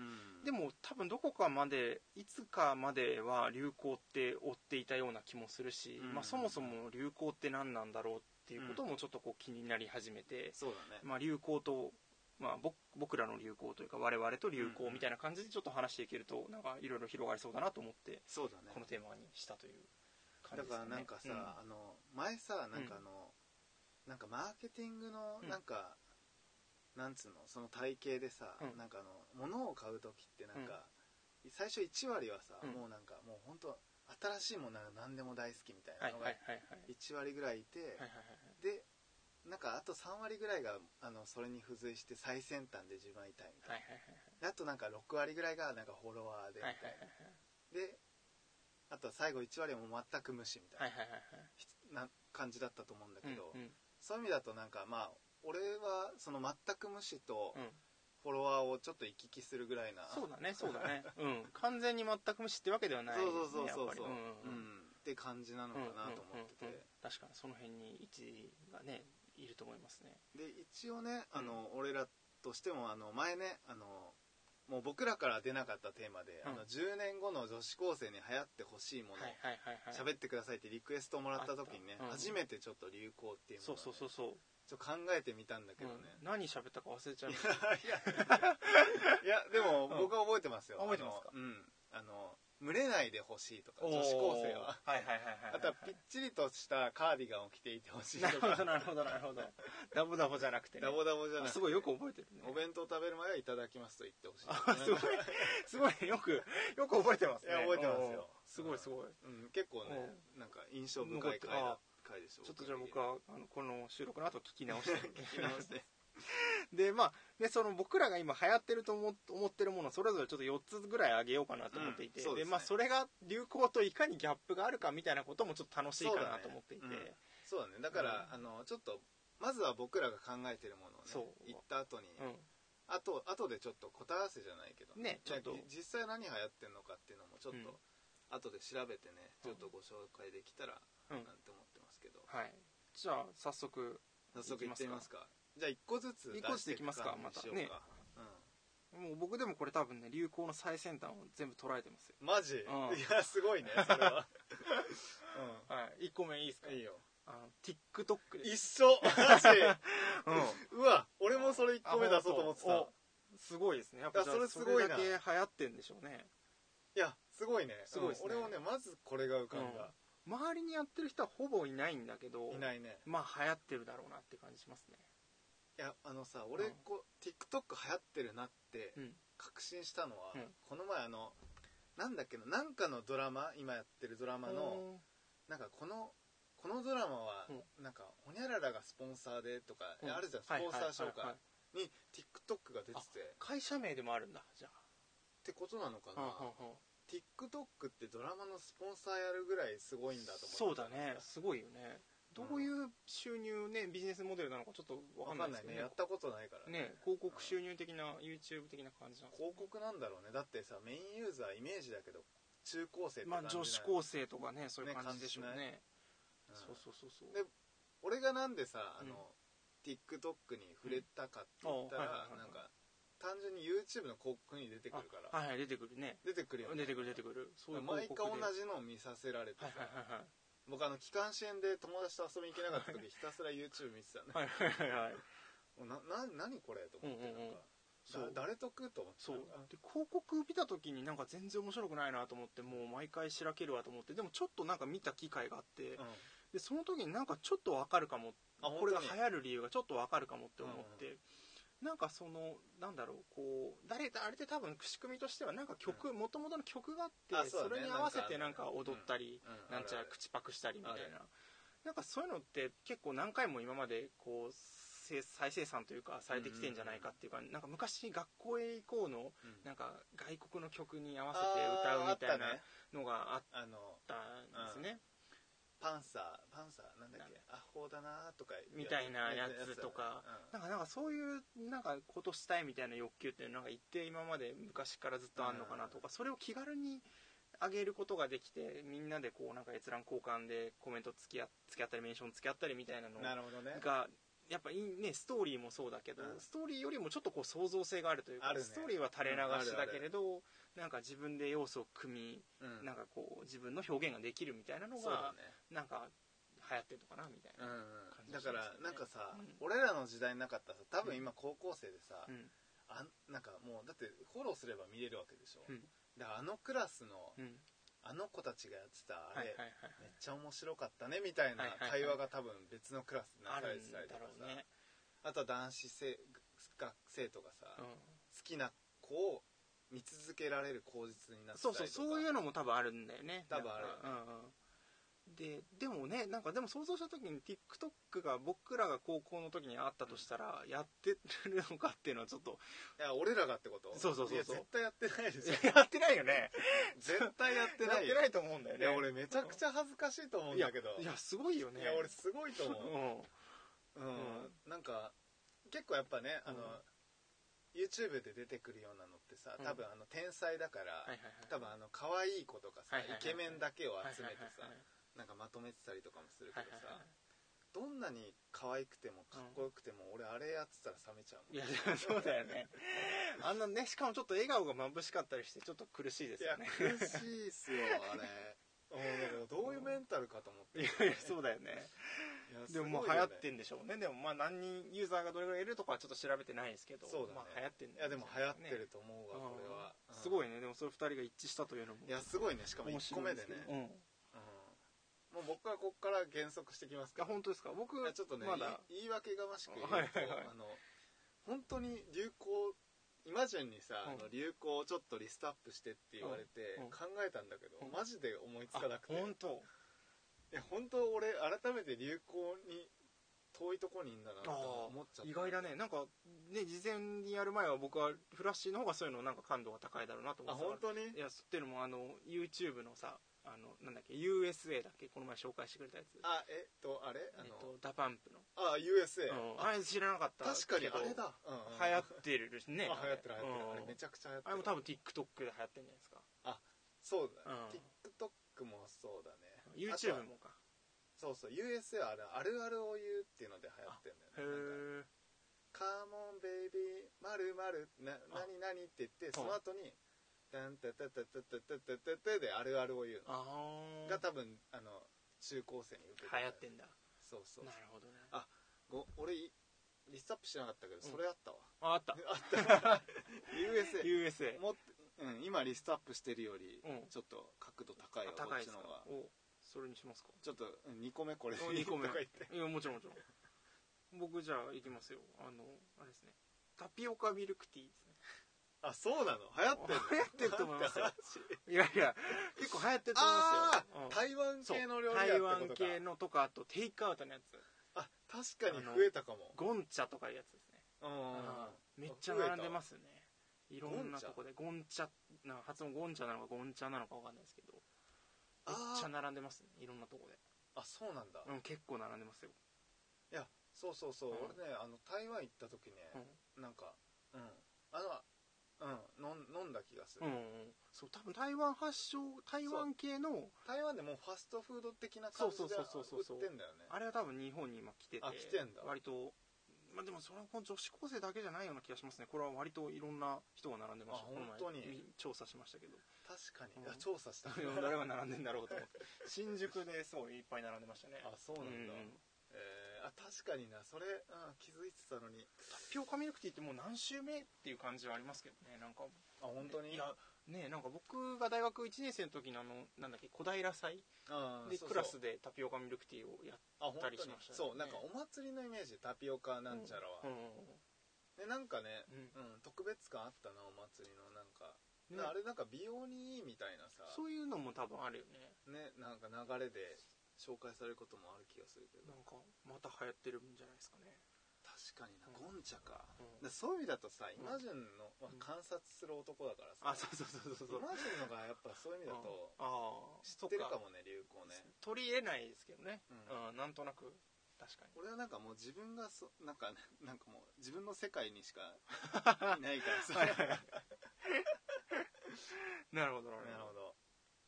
S1: でも多分どこかまでいつかまでは流行って追っていたような気もするし、
S3: うん
S1: まあ、そもそも流行って何なんだろうっていうこともちょっとこう気になり始めて、
S3: そうだね
S1: まあ、流行と、まあ、ぼ僕らの流行というか我々と流行みたいな感じでちょっと話していけるとなんかいろいろ広がりそうだなと思って
S3: そうだ
S1: このテーマにしたという感
S3: だ
S1: じです
S3: か
S1: ね
S3: らなんかさ、あの前さなんかあの、なんかマーケティングの
S1: うん
S3: なんか、なんつうのその体系でさ、
S1: うん
S3: なんかあの物を買う時ってなんか、最初1割はさ、
S1: うん
S3: もうなんかもう本当新しいものなら何でも大好きみたい
S1: うんはい
S3: なの
S1: はい
S3: が
S1: はいは
S3: 1
S1: い
S3: 割ぐらいいて、
S1: はいはいはい
S3: でなんかあと3割ぐらいがあのそれに付随して最先端で自分はいたいみたい
S1: はいはい
S3: なであとなんか6割ぐらいがなんかフォロワーでみ
S1: は
S3: た
S1: いはいはいはい
S3: いな、で
S1: はいはいはい
S3: あと最後1割はもう全く無視みたいな、な感じだったと思うんだけど、
S1: うんうん
S3: そういう意味だとなんかまあ俺はその全く無視と
S1: うん
S3: フォロワーをちょっと行き来するぐらいな、
S1: そうだねそう だね、うん、完全に全く無視ってわけではないです
S3: そ
S1: ね
S3: うそうそうそう
S1: やっぱり
S3: そう、
S1: うんうん
S3: うんって感じなのか
S1: うん
S3: なと思ってて、
S1: うんうんうん確かにその辺に位置がねいると思いますね
S3: で一応ねあの、俺らとしてもあの前ねあのもう僕らから出なかったテーマで、
S1: うん
S3: あの10年後の女子高生に流行ってほしいもの、
S1: はいはいはいはい
S3: 喋ってくださいってリクエストをもらった時にね
S1: あ、ったうん
S3: 初めてちょっと流行っていうもの
S1: そ
S3: を
S1: う
S3: ね、
S1: そうそうそう、
S3: ちょっと考えてみたんだけ
S1: う
S3: ど
S1: ん
S3: ね、
S1: 何喋ったか忘れちゃいました
S3: いや、でも
S1: うん
S3: 僕は覚えてますよ。
S1: 覚えてますか
S3: あのうん。あの、群れないでほしいとか女子高生は
S1: はいはいはいはい
S3: あとはぴっちりとしたカーディガンを着ていてほしい
S1: なる
S3: と
S1: ほど
S3: か
S1: なるほどなるほどダボダボじゃなくて、ね、
S3: ダボダボじゃな
S1: あ
S3: く
S1: す
S3: て
S1: ごいよく覚えてるね
S3: お弁当食べる前はいただきますと言ってほしい
S1: あすごいすごいよくよく覚えてますね
S3: いや覚えてますよ
S1: おーすごいすごい
S3: うん、結構ねなんか印象深い回
S1: 残
S3: だ
S1: っ
S3: 回でしょ
S1: ちょっとじゃあ僕はあのこの収録の後聞き直して
S3: 聞き直して
S1: でまあねその僕らが今流行ってると思思ってるものそれぞれちょっと4つぐらいあげようかなと思っていて、
S3: うんそうですね
S1: まあ、それが流行といかにギャップがあるかみたいなこともちょっと楽しいか
S3: そうだ
S1: な
S3: ね
S1: と思っていて、
S3: うんそうだねだから、あのちょっとまずは僕らが考えてるものを
S1: そ
S3: ね
S1: う
S3: 言った後に、
S1: うん
S3: あとあとでちょっと答え合わせじゃないけど
S1: ねちょっと
S3: じゃあじ実際何流行ってんのかっていうのもちょっと、
S1: うん
S3: 後で調べてね
S1: う
S3: ち
S1: ん
S3: ょっとご紹介できたら
S1: うん
S3: なんて思ってますけど、
S1: はいじゃあ早速
S3: 早速いってみますかじゃあ一個ずつ
S1: 一個ずついきますか
S3: 出していく感じにしようか
S1: もう僕でもこれ多分ね流行の最先端を全部捉えてますよ
S3: うん、マジ、
S1: うん
S3: いやすごいねそれは、
S1: はい1個目いいです
S3: う
S1: か
S3: ん、いいよ
S1: あの TikTok です
S3: 一緒マジ
S1: うん
S3: うわ俺もそれ1個目出そうと思ってた
S1: おすごいですねやっぱじゃあ
S3: いやそ
S1: そ
S3: れすごい
S1: れ
S3: な
S1: だけ流行ってんでしょうね
S3: いやすごいね
S1: すごいです
S3: う
S1: ね
S3: ん俺もねまずこれが浮かんだ、
S1: 周りにやってる人はほぼいないんだけど
S3: いないね
S1: まあ流行ってるだろうなって感じしますね
S3: いやあのさ俺
S1: うん
S3: こう TikTok 流行ってるなって
S1: うん
S3: 確信したのは、
S1: うん
S3: この前あのなんだっけななんかのドラマ今やってるドラマのなんかこのこのドラマは、なんかほにゃららがスポンサーでとか、
S1: うん
S3: あるじゃんス
S1: はい
S3: ポンサー紹
S1: はいはいは
S3: 介
S1: い
S3: に TikTok が出ててっ
S1: 会社名でもあるんだじゃ
S3: てことなのか
S1: あ、
S3: な、
S1: うんうんうん
S3: TikTok ってドラマのスポンサーやるぐらいすごいんだと思
S1: そう
S3: って
S1: だねすごいよねどういう収入ねビジネスモデルなのかちょっと
S3: わか
S1: 分かん
S3: んな
S1: な
S3: いい
S1: ですけ
S3: ね
S1: ど
S3: や
S1: ね
S3: ったことないから
S1: ね広告収入的な YouTube 的な感じなんですかね
S3: 広告なんだろうねだってさメインユーザーイメージだけど中高生って
S1: まあ
S3: 感じだよ
S1: 女
S3: ね
S1: 子高生とかねそういう感じでしょうね
S3: うん
S1: そうそうそうそう
S3: で俺がなんでさあの、
S1: うん
S3: TikTok に触れたかって言ったら、
S1: うんあはい
S3: な
S1: はいはい
S3: んか単純に YouTube の広告に出てくるから、
S1: はいはい出てくるね
S3: 出てくるよね
S1: 出てくる出てくるそういう
S3: 毎回
S1: 広告で
S3: 同じのを見させられてさ、
S1: はいはいはいはい
S3: 僕あの機関支援で友達と遊びに行けなかった時ひたすら YouTube 見てたね
S1: はいはい はいはい
S3: もうなな何これと思ってなんか、
S1: うん
S3: だ
S1: うんうんそう
S3: 誰得と思ってた
S1: そ
S3: の
S1: う
S3: かな
S1: で広告見た時になんか全然面白くないなと思ってもう毎回しらけるわと思ってでもちょっとなんか見た機会があって、
S3: うん
S1: でその時になんかちょっとわかるかも
S3: あ
S1: これが
S3: 本当
S1: 流
S3: に
S1: 行る理由がちょっとわかるかもって思って、なんかそのなんだろうこう誰あれって多分仕組みとしてはなんか曲もともとの曲があって
S3: あそうだ
S1: そ
S3: ね
S1: れに合わせて
S3: な
S1: なんん
S3: かあ
S1: か
S3: るね
S1: 踊ったり
S3: うんうん
S1: なんちゃ
S3: あるあ
S1: ら
S3: る
S1: 口パクしたりみたい
S3: ある
S1: ななんかそういうのって結構何回も今までこうせ再生産というかされてきてんじゃないかっていうかなんか昔学校へ行こうの
S3: うん
S1: なんか外国の曲に合わせて歌う
S3: あー
S1: みたい
S3: あった
S1: な
S3: ね
S1: のがあっ
S3: あの
S1: たんですね。
S3: パンサーパンサーなんだっけ
S1: な
S3: アホだなとか
S1: みたいなやつとかなんかなんかそういうなんかことしたいみたいな欲求っていうのが一定今まで昔からずっとあるのかなとかそれを気軽に上げることができてみんなでこうなんか閲覧交換でコメント付き合付き合ったりメンション付き合ったりみたいな
S3: う
S1: の
S3: んなるほどね
S1: がやっぱいいねストーリーもそうだけど
S3: うん
S1: ストーリーよりもちょっとこう創造性があるという
S3: あ
S1: か
S3: るね
S1: ストーリーは垂れ流しだけれどなんか自分で要素を組
S3: うん
S1: みなんかこう自分の表現ができるみたいなの
S3: そうだ
S1: が
S3: ね
S1: なんか流行ってるのかなみたいな。
S3: うん、
S1: じ
S3: だ
S1: がします
S3: か
S1: よね
S3: らなんかさ、
S1: うん
S3: 俺らの時代になかったさ多分今高校生でさ、
S1: うん
S3: あんなんかもうだってフォローすれば見れるわけでしょ、
S1: うん
S3: だからあのクラスの、
S1: うん
S3: あの子たちがやってたあ
S1: はい
S3: れ、
S1: はいはいはい
S3: めっちゃ面白かったねみたいな
S1: はいはいはい
S3: 会話が多分別のクラスで
S1: あ
S3: なさ
S1: る
S3: れて
S1: ん
S3: た
S1: だ
S3: りとか
S1: ろ
S3: さ
S1: うね、
S3: あとは男子生学生とかさ、
S1: う
S3: 好
S1: ん、
S3: きな子を見続けられる口実になってた
S1: そ
S3: り
S1: う
S3: とか
S1: そうそういうのも多分あるんだよね
S3: 多分あるよね
S1: なんかうんうん、ででもねなんかでも想像した時に TikTok が僕らが高校の時にあったとしたら、やってるのかっていうのはちょっと
S3: いや俺らがってこと
S1: そうそうそうそう
S3: や絶対 やってないで しょ
S1: やってないよね
S3: 絶対やってないよ
S1: やってないと思うんだよ
S3: い
S1: ね
S3: や俺めちゃくちゃ恥ずかしいと思うんだけど
S1: いやすごいよね
S3: いや俺すごいと思う、うん
S1: う
S3: なんか結構やっぱねあの、
S1: うん
S3: YouTube で出てくるようなのってさ多分あの天才だから、
S1: はいはいはい
S3: 多分あの可愛い子とかさ、
S1: はいはいはいはい
S3: イケメンだけを集めてさ、
S1: はい
S3: なんかまとめてたりとかもするけ
S1: はい
S3: ど
S1: はい
S3: さ、
S1: は
S3: どんなに可愛くてもかっこよくても、俺あれやってたら冷めちゃうもん
S1: いはいはいいやそうだよねあんなねしかもちょっと笑顔が眩しかったりしてちょっと苦しいです
S3: いや
S1: よね
S3: 苦しいっすよあれもうなんかどういうメンタルかと思って
S1: いやいやそうだよねでももう流行ってんでしょうねでもまあ何人ユーザーがどれぐらいいるとかはちょっと調べてないですけど
S3: そうだね
S1: まあ、流行ってん
S3: いやでも流行って
S1: ね
S3: ると思うわこれは
S1: うんすご
S3: い
S1: いねでもそれ2人が一致したというのも
S3: いやすごいねしかも
S1: 面
S3: 1
S1: 白
S3: 個
S1: い
S3: 目で
S1: です
S3: ね
S1: けどうん
S3: もう僕はここから減速してきます
S1: あ
S3: から
S1: 本当ですか僕
S3: ちょっとね
S1: まだ
S3: い言い訳がましく言うと、
S1: はいはいはい
S3: あの本当に流行イマジュンにさ、
S1: うん
S3: あの流行をちょっとリストアップしてって言われて
S1: うんうん
S3: 考えたんだけど、
S1: うん
S3: マジで思いつかなくて、
S1: あ
S3: い
S1: 本当
S3: や本当俺改めて流行に遠いとこにいんだなと思っちゃった
S1: 意外だねなんかね事前にやる前は僕はフラッシーの方がそういうのなんか感度が高いだろうなと思
S3: あ
S1: ってた
S3: 本当に
S1: いやっていうのもあの YouTube のさあのなんだっけ USA だっけこの前紹介してくれたやつ
S3: あえっとあれあの、
S1: えっとダパンプの、
S3: あ USA、
S1: うんあれ知らなかった
S3: 確かに
S1: けど
S3: あれだ、うんうん
S1: 流行ってるしね
S3: あ流行ってる流行ってる、あれ
S1: うん
S3: めちゃくちゃ流行って
S1: あ
S3: る
S1: れも多分 TikTok で流行ってるんじゃないですか
S3: そうだ、
S1: うん
S3: TikTok もそうだねあとは
S1: YouTube もか
S3: そうそう USA あれあるあるを言うっていうので流行ってるんだよねなん
S1: へ
S3: かカ
S1: え
S3: ーモンベイビーまるまるな
S1: あ
S3: 何何って言ってそ
S1: う
S3: の
S1: ん
S3: 後にタンタタタタタタタタタであるあるを言う
S1: あ
S3: の
S1: ー
S3: が多分あの中高生に受け
S1: 流行ってんだ
S3: そうそう
S1: なるほどね
S3: あご俺いリストアップしなかったけどそれあったわ、
S1: ああった
S3: あった USA
S1: USA
S3: もっとうん、今リストアップしてるより
S1: うん
S3: ちょっと角度高いわ、
S1: あ
S3: こ
S1: 高
S3: っ
S1: い
S3: ち
S1: です
S3: の
S1: か
S3: 方が
S1: おそれにしますか
S3: ちょっと2個目これで
S1: お二個目
S3: とか言って
S1: いやもちろんもちろん僕じゃあいきますよあのあれですねタピオカミルクティーですね
S3: あそうなの流行ってる
S1: 流行ってると思いますよ
S3: なんて話
S1: いやいや結構流行ってると思い
S3: あ
S1: ますよ
S3: あ
S1: うん
S3: 台湾
S1: そう
S3: 系の料理
S1: 台
S3: 屋っ
S1: 湾
S3: てことか
S1: 系のとかあとテイクアウトのやつ
S3: あ確かに増えたかも
S1: ゴンチャとかいうやつですね
S3: うん
S1: あーめっちゃ並んでますねいろんなとこでゴンチャな発音ゴンチャなのかゴンチャなのかわかんないですけどめ
S3: あ
S1: っち
S3: ー
S1: ゃ並んでますねいろんなとこで
S3: あそうなんだ、
S1: う
S3: い
S1: ん結構並んでますよ
S3: やそうそうそう、
S1: うん
S3: 俺ねあの台湾行った時ね、なんかうんあのうん飲ん飲んだ気がす
S1: う
S3: る、
S1: ん、うんうん、そう多分台湾発祥台湾系の
S3: 台湾でもうファストフード的な感じで売
S1: そうそうそうそうそう
S3: ってんだよね
S1: あれは多分日本に今来てて
S3: あ来てんだ
S1: 割とまあでもそれはこの女子高生だけじゃないような気がしますねこれは割といろんな人が並んでました
S3: あ本当に
S1: この前み調査しましたけど
S3: 確かに、い
S1: うん
S3: や調査した
S1: 誰が並んでんだろうと思って 新宿ですごいいっぱい並んでましたね
S3: あそうなんだ、えーあ確かになそれ、うん、気づいてたのに
S1: タピオカミルクティーってもう何週目っていう感じはありますけどねなんか
S3: あ本当に
S1: いやねなんか僕が大学1年生の時のあのなんだっけ小平祭
S3: うん
S1: で
S3: そうそう
S1: クラスでタピオカミルクティーをやっ
S3: あ本当
S1: た
S3: に
S1: りしましたね
S3: そうなんかお祭りのイメージタピオカなんちゃらは、
S1: うんうん
S3: でなんかね、
S1: うん
S3: うん、特別感あったなお祭りのなんか、
S1: うん
S3: で
S1: ね
S3: あれなんか美容にいいみたいなさ
S1: そういうのも多分あるよね
S3: ねなんか流れで紹介されることもある気がするけど
S1: なんかまた流行ってるんじゃないですかね
S3: 確かにな、
S1: うん
S3: ゴンチャか,、
S1: うん
S3: でそういう意味だとさイ
S1: ん
S3: マジュンの、まあ
S1: うん
S3: 観察する男だからさ、
S1: あそうそうそうそうそう
S3: イマジュンのがやっぱそういう意味だと
S1: ああ
S3: 知ってるかもね流行ね
S1: 取り入れないですけどね
S3: うん
S1: うん、なんとなく確かに
S3: 俺はなんかもう自分がそなんかなんかもう自分の世界にし かいないからさ
S1: はいはいはいなるほどな
S3: なるほど。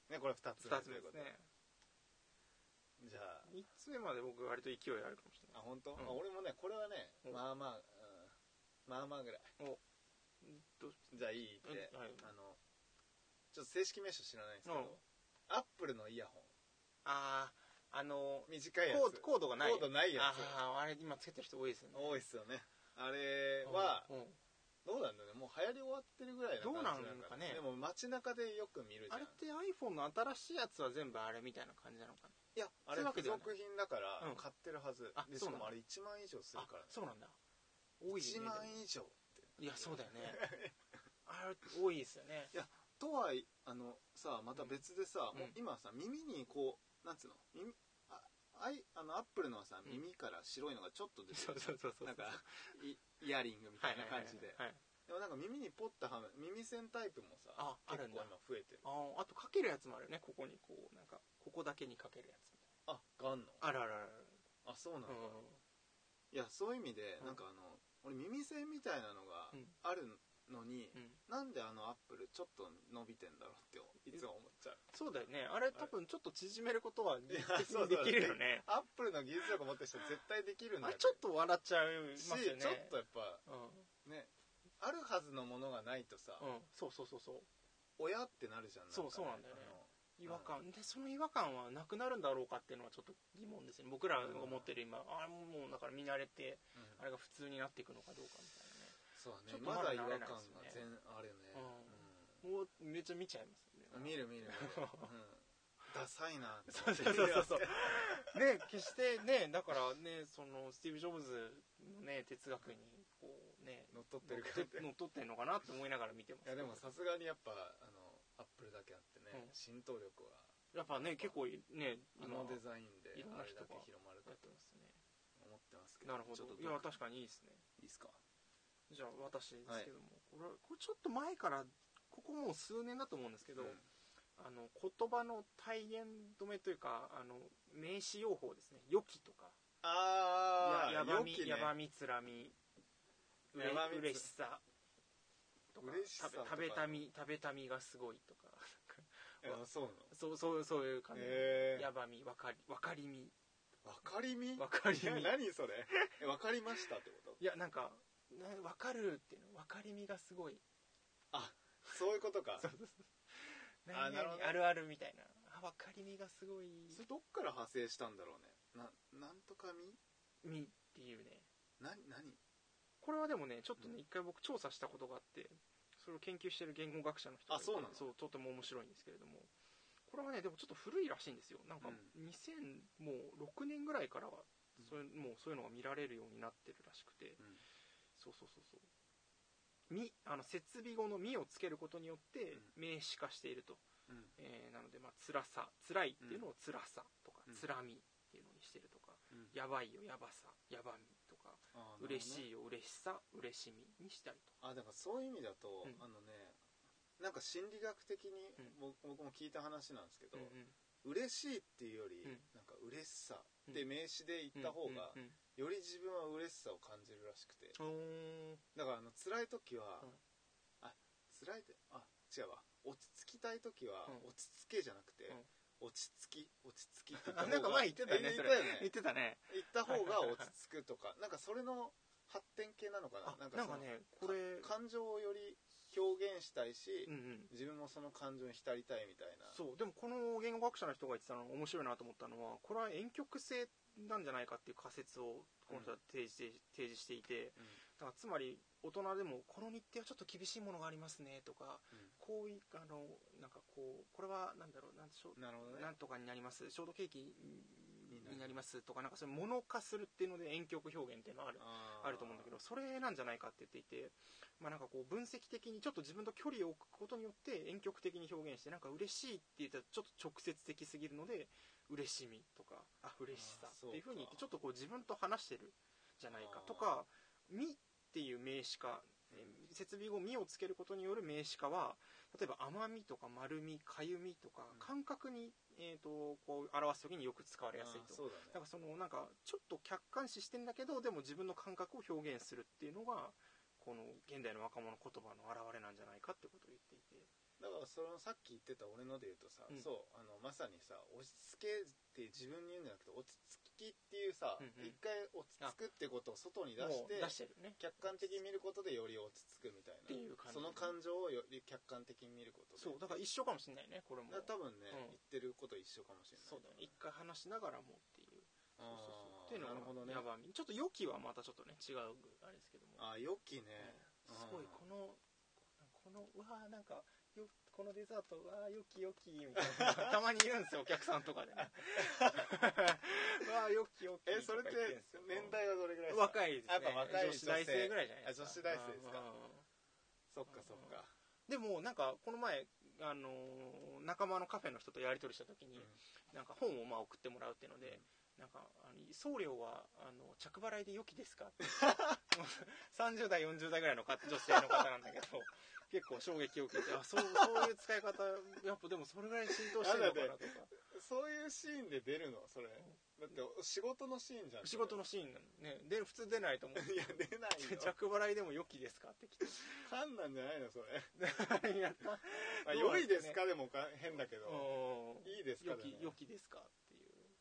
S3: ね、これ二つ目
S1: 2つ
S3: とい
S1: 目
S3: うこ
S1: で
S3: と
S1: すね
S3: じゃあ、
S1: 3つ目まで僕割と勢いあるかもしれ
S3: あ、本当、
S1: うん
S3: あ俺もね、これはね
S1: う、ん
S3: まあまあ、うんまあまあぐらい。
S1: ないどうし
S3: じゃあいいって、
S1: うんはい
S3: あの、ちょっと正式名称知らないんですけど、
S1: うん
S3: アップルのイヤホ
S1: あああの
S3: ン、短いやつ。
S1: コードコードがない
S3: コードないやつ
S1: あああれ今つけてる人多いですよね
S3: 多いっすよね。あれは、
S1: うんうん
S3: どうなんだろうね、もう流行り終わってるぐらいな感じなの
S1: どうなのかね
S3: でも街中でよく見るじゃん。
S1: あれって iPhone の新しいやつは全部あれみたいな感じなのか
S3: いや、あ
S1: そ
S3: れ
S1: ういうわけ
S3: 付
S1: ではない
S3: 属品だから
S1: うん
S3: 買ってるはず。
S1: あ
S3: でし
S1: そ
S3: か
S1: う
S3: もあ
S1: なんだ
S3: れ1万以上す
S1: な
S3: るから、
S1: あそうなんだ多いよ
S3: 1
S1: ね
S3: 万
S1: でも
S3: 以上って。
S1: いやそうだよねあれ多いですよね
S3: とはいあのさまた別でさ、
S1: うん
S3: もう今はさ耳にこうなんつうの耳ああいあのアップルのはさ
S1: うん
S3: 耳から白いのがちょっと出て
S1: そ
S3: る、
S1: うそうそうそう
S3: なんかイイヤリングみたいな感じで、
S1: はいはいはいはいはい
S3: でもなんか耳にポッとはめ耳栓タイプもさ
S1: ああ
S3: 結
S1: る
S3: 構
S1: ん
S3: 今
S1: だ
S3: 増えてる
S1: あーあとかけるやつもあるよねここにこうなんかここだけにかけるやつ
S3: あがんの
S1: あるあるある
S3: あそうなんだ、
S1: うん
S3: いやそういう意味で、
S1: うん
S3: なんかあの俺耳栓みたいなのが
S1: うん
S3: あるのに、
S1: うん
S3: なんであのアップルちょっと伸びてんだろうっていつも思っちゃう
S1: そうだよねあれ多分ちょっと縮めることは 技
S3: いや
S1: 術的
S3: そうそ
S1: にで
S3: う
S1: きるよね
S3: アップルの技術力持ってる人絶対できるんだ
S1: あれ
S3: よ
S1: ちょっと笑っちゃい
S3: し、
S1: ますよね
S3: ちょっとやっぱ
S1: うん
S3: ねあるはずのものがないとさ、
S1: うんそうそうそうそう
S3: 親ってなるじゃん
S1: そうそうなんだよね
S3: あの
S1: 違和感、でその違和感はなくなるんだろうかっていうのはちょっと疑問ですね僕らが持ってる今、あれもうだから見慣れてあれが普通になっていくのかどうかみたいなね
S3: そうだ
S1: ちょ
S3: ね
S1: っと
S3: ま
S1: まだ
S3: だ違
S1: 慣
S3: 和
S1: れ
S3: 感
S1: な
S3: が
S1: いですね
S3: 全あるね、
S1: もうめっちゃ見ちゃいますよね
S3: うん見る見る見る
S4: ダサいなって
S1: そうそうそうそう ね決してねだからねそのスティーブ・ジョブズのね哲学にこうね
S3: 乗っ取って
S1: 乗
S3: る
S1: っ
S3: からね
S1: て乗っ取ってんのかなって思いながら見てます
S3: いやでもさすがにやっぱあのアップルだけあってね、
S1: うん
S3: 浸透力は
S1: やっぱね結構ね
S3: あ
S1: 今
S3: の
S1: や
S3: デザインで
S1: いろん
S3: あ
S1: な
S3: れ
S1: 人
S3: だ
S1: が
S3: け広まるか
S1: っ
S3: と
S1: てますね
S3: 思ってますけど
S1: なるほ
S3: ちょっと
S1: どい
S3: ど
S1: や
S3: っか
S1: 確かにいいですね
S4: いいですか
S1: じゃあ私ですけども、これこれちょっと前からここもう数年だと思うんですけど、
S3: うん
S1: あの言葉の体現止めというかあの名詞用法ですね「良き」とか「
S4: あ
S1: や
S4: あ
S1: やばみ」
S4: ね
S1: やばみつらみ」うれ
S3: やばみつ
S1: 嬉しさ」とか
S3: 嬉しさ
S1: 食べ
S3: とか
S1: 食べたみ食べたみがすごい」とか
S3: あそうなの
S1: そうそうそういう感じ、
S3: へー
S1: やばみわかりわかりみ
S3: わかりみ
S1: わ かりみ
S3: いや何それ えわかりましたってこと
S1: いやなんかなわかるっていうのわかりみがすごい
S3: あそういうことか
S1: そうそうそう
S3: あ
S1: 何
S3: なるほど
S1: 々あるあるみたいなあわかりみがすごい
S3: それどっから派生したんだろうねななんとかみ
S1: みっていうね
S3: な何
S1: これはでもねちょっとね
S3: うん
S1: 一、回僕調査したことがあってそれを研究してる言語学者の人がい
S3: あ
S1: て
S3: そうなの
S1: そうとても面白いんですけれどもこれはねでもちょっと古いらしいんですよなんか
S3: う
S1: 2006年ぐらいからはそういうもうそういうのが見られるようになってるらしくて
S3: うん
S1: そうそうそうそうみあの設備語の「み」をつけることによって
S3: うん
S1: 名詞化していると、
S3: うん
S1: えーなのでまあ辛さ辛いっていうのを辛さと
S3: う
S1: か、
S3: ん
S1: 辛みっていうのにしてるとか、
S3: うん
S1: やばいよやばさやばみとか
S3: あー
S1: 嬉
S3: なるほどね
S1: しいよ嬉しさ嬉しみにしたりと
S3: あだからそういう意味だと、
S1: うん
S3: あのねなんか心理学的に
S1: うん
S3: 僕,、僕も聞いた話なんですけど、
S1: か、
S3: 嬉しいっていうより、
S1: うん
S3: なんか嬉しさって名詞で言った方が、
S1: うんうん
S3: より自分は嬉しさを感じるらしくて
S1: うん
S3: だからあの辛い時は、
S1: うん
S3: あ辛いってあ違うわ落ち着きたい時は、
S1: うん
S3: 落ち着けじゃなくて、
S1: うん
S3: 落ち着き落ち着きって言った方
S1: あ
S3: が
S1: なんか前言ってたね
S3: え
S1: そ
S3: 言
S1: れ
S3: ったよ
S1: 言
S3: ね
S1: ってたね
S3: 言った方が落ち着くとかなんかそれの発展系なのかな
S1: あなんか
S3: その
S1: ねこれ
S3: か感情をより表現したいし、
S1: うんうん
S3: 自分もその感情に浸りたいみたいな
S1: そうでもこの言語学者の人が言ってたのが面白いなと思ったのはこれは遠曲性なんじゃないかっていう仮説をこの人は提示して,、提示していて
S3: うん
S1: だからつまり大人でもこの日程はちょっと厳しいものがありますねとかこういあのなんかこうこれはなんだろうなんでしょう
S3: うんなるほどね
S1: なんとかになりますショートケーキに
S3: なり
S1: になりますとかなんかそういうもの化するっていうので遠曲表現っていうのはある
S3: あー
S1: あると思うんだけどそれなんじゃないかって言っていて、まあ、なんかこう分析的にちょっと自分と距離を置くことによって遠曲的に表現してなんか嬉しいって言ったらちょっと直接的すぎるので嬉しみとかあ嬉し
S3: あ
S1: さ
S3: ーそうか
S1: っていうふうに言ってちょっとこう自分と話してるじゃない
S3: あ
S1: か
S3: ー
S1: とか「み」っていう名詞化
S3: う
S1: 設備語「み」をつけることによる名詞化は例えば甘みとか丸みかゆみとか
S3: うん
S1: 感覚に、えー、とこう表す時によく使われやすい
S3: あー
S1: と
S3: そう
S1: だか
S3: だね
S1: らそのなんかちょっと客観視してんだけどでも自分の感覚を表現するっていうのがこの現代の若者言葉の表れなんじゃないかってことを言っていて
S3: だからそのさっき言ってた俺ので言うとさ、
S1: うん
S3: そうあのまさにさ落ち着けって自分に言うんじゃなくて落ち着きっていうさ、
S1: うんうん
S3: 一回落ち着くってことを外に出
S1: も
S3: して
S1: う出してるね
S3: 客観的に見ることでより落ち着くみたいな
S1: っていう感じ
S3: その感情をより客観的に見ることで
S1: そうだから一緒かもしれないねこれも
S3: だから多分ね、
S1: うん
S3: 言ってること一緒かもしれない
S1: そうだね一回話しながらもっていうそうそうそう
S3: あー
S1: っていう
S3: なるほ
S1: の
S3: ど
S1: が
S3: ね
S1: やばみちょっと良きはまたちょっとね違うあれですけども
S3: あー良きね、
S1: うんすごい
S3: うん
S1: このこのうわーなんかよこのデザートわあよきよきみたいな たまに言うんですよお客さんとかでね わあよきよき
S3: えそれって
S1: とか言
S3: 年
S1: んですよ
S3: 代はどれぐらいですか
S1: 若いですね
S3: やっぱ若い
S1: 女子大生ぐらいじゃ
S3: あ
S1: ない
S3: 女子大生ですか
S1: うんうんうん
S3: そっかそっか
S1: でもなんかこの前あのー仲間のカフェの人とやり取りした時に、
S3: うん
S1: なんか本をまあ送ってもらうっていうので、なんかあの送料はあの着払いで良きですか って30代40代ぐらいの方女性の方なんだけど 結構衝撃を受けてあそうそういう使い方やっぱでもそれぐらい浸透してるのかなとか
S3: そういうシーンで出るのそれだって仕事のシーンじゃん
S1: 仕事のシーンなのねで普通出ないと思う
S3: いや出ないよ
S1: 着払いでも良きですかって来て
S3: カンなんじゃないのそれ
S1: 何やった
S3: あ
S1: どう
S3: 良
S1: なん
S3: い
S1: で
S3: ですす
S1: ね
S3: かでもか変だけど
S1: うん
S3: いいですか
S1: 良
S3: で
S1: き
S3: も
S1: 良きですかっていうね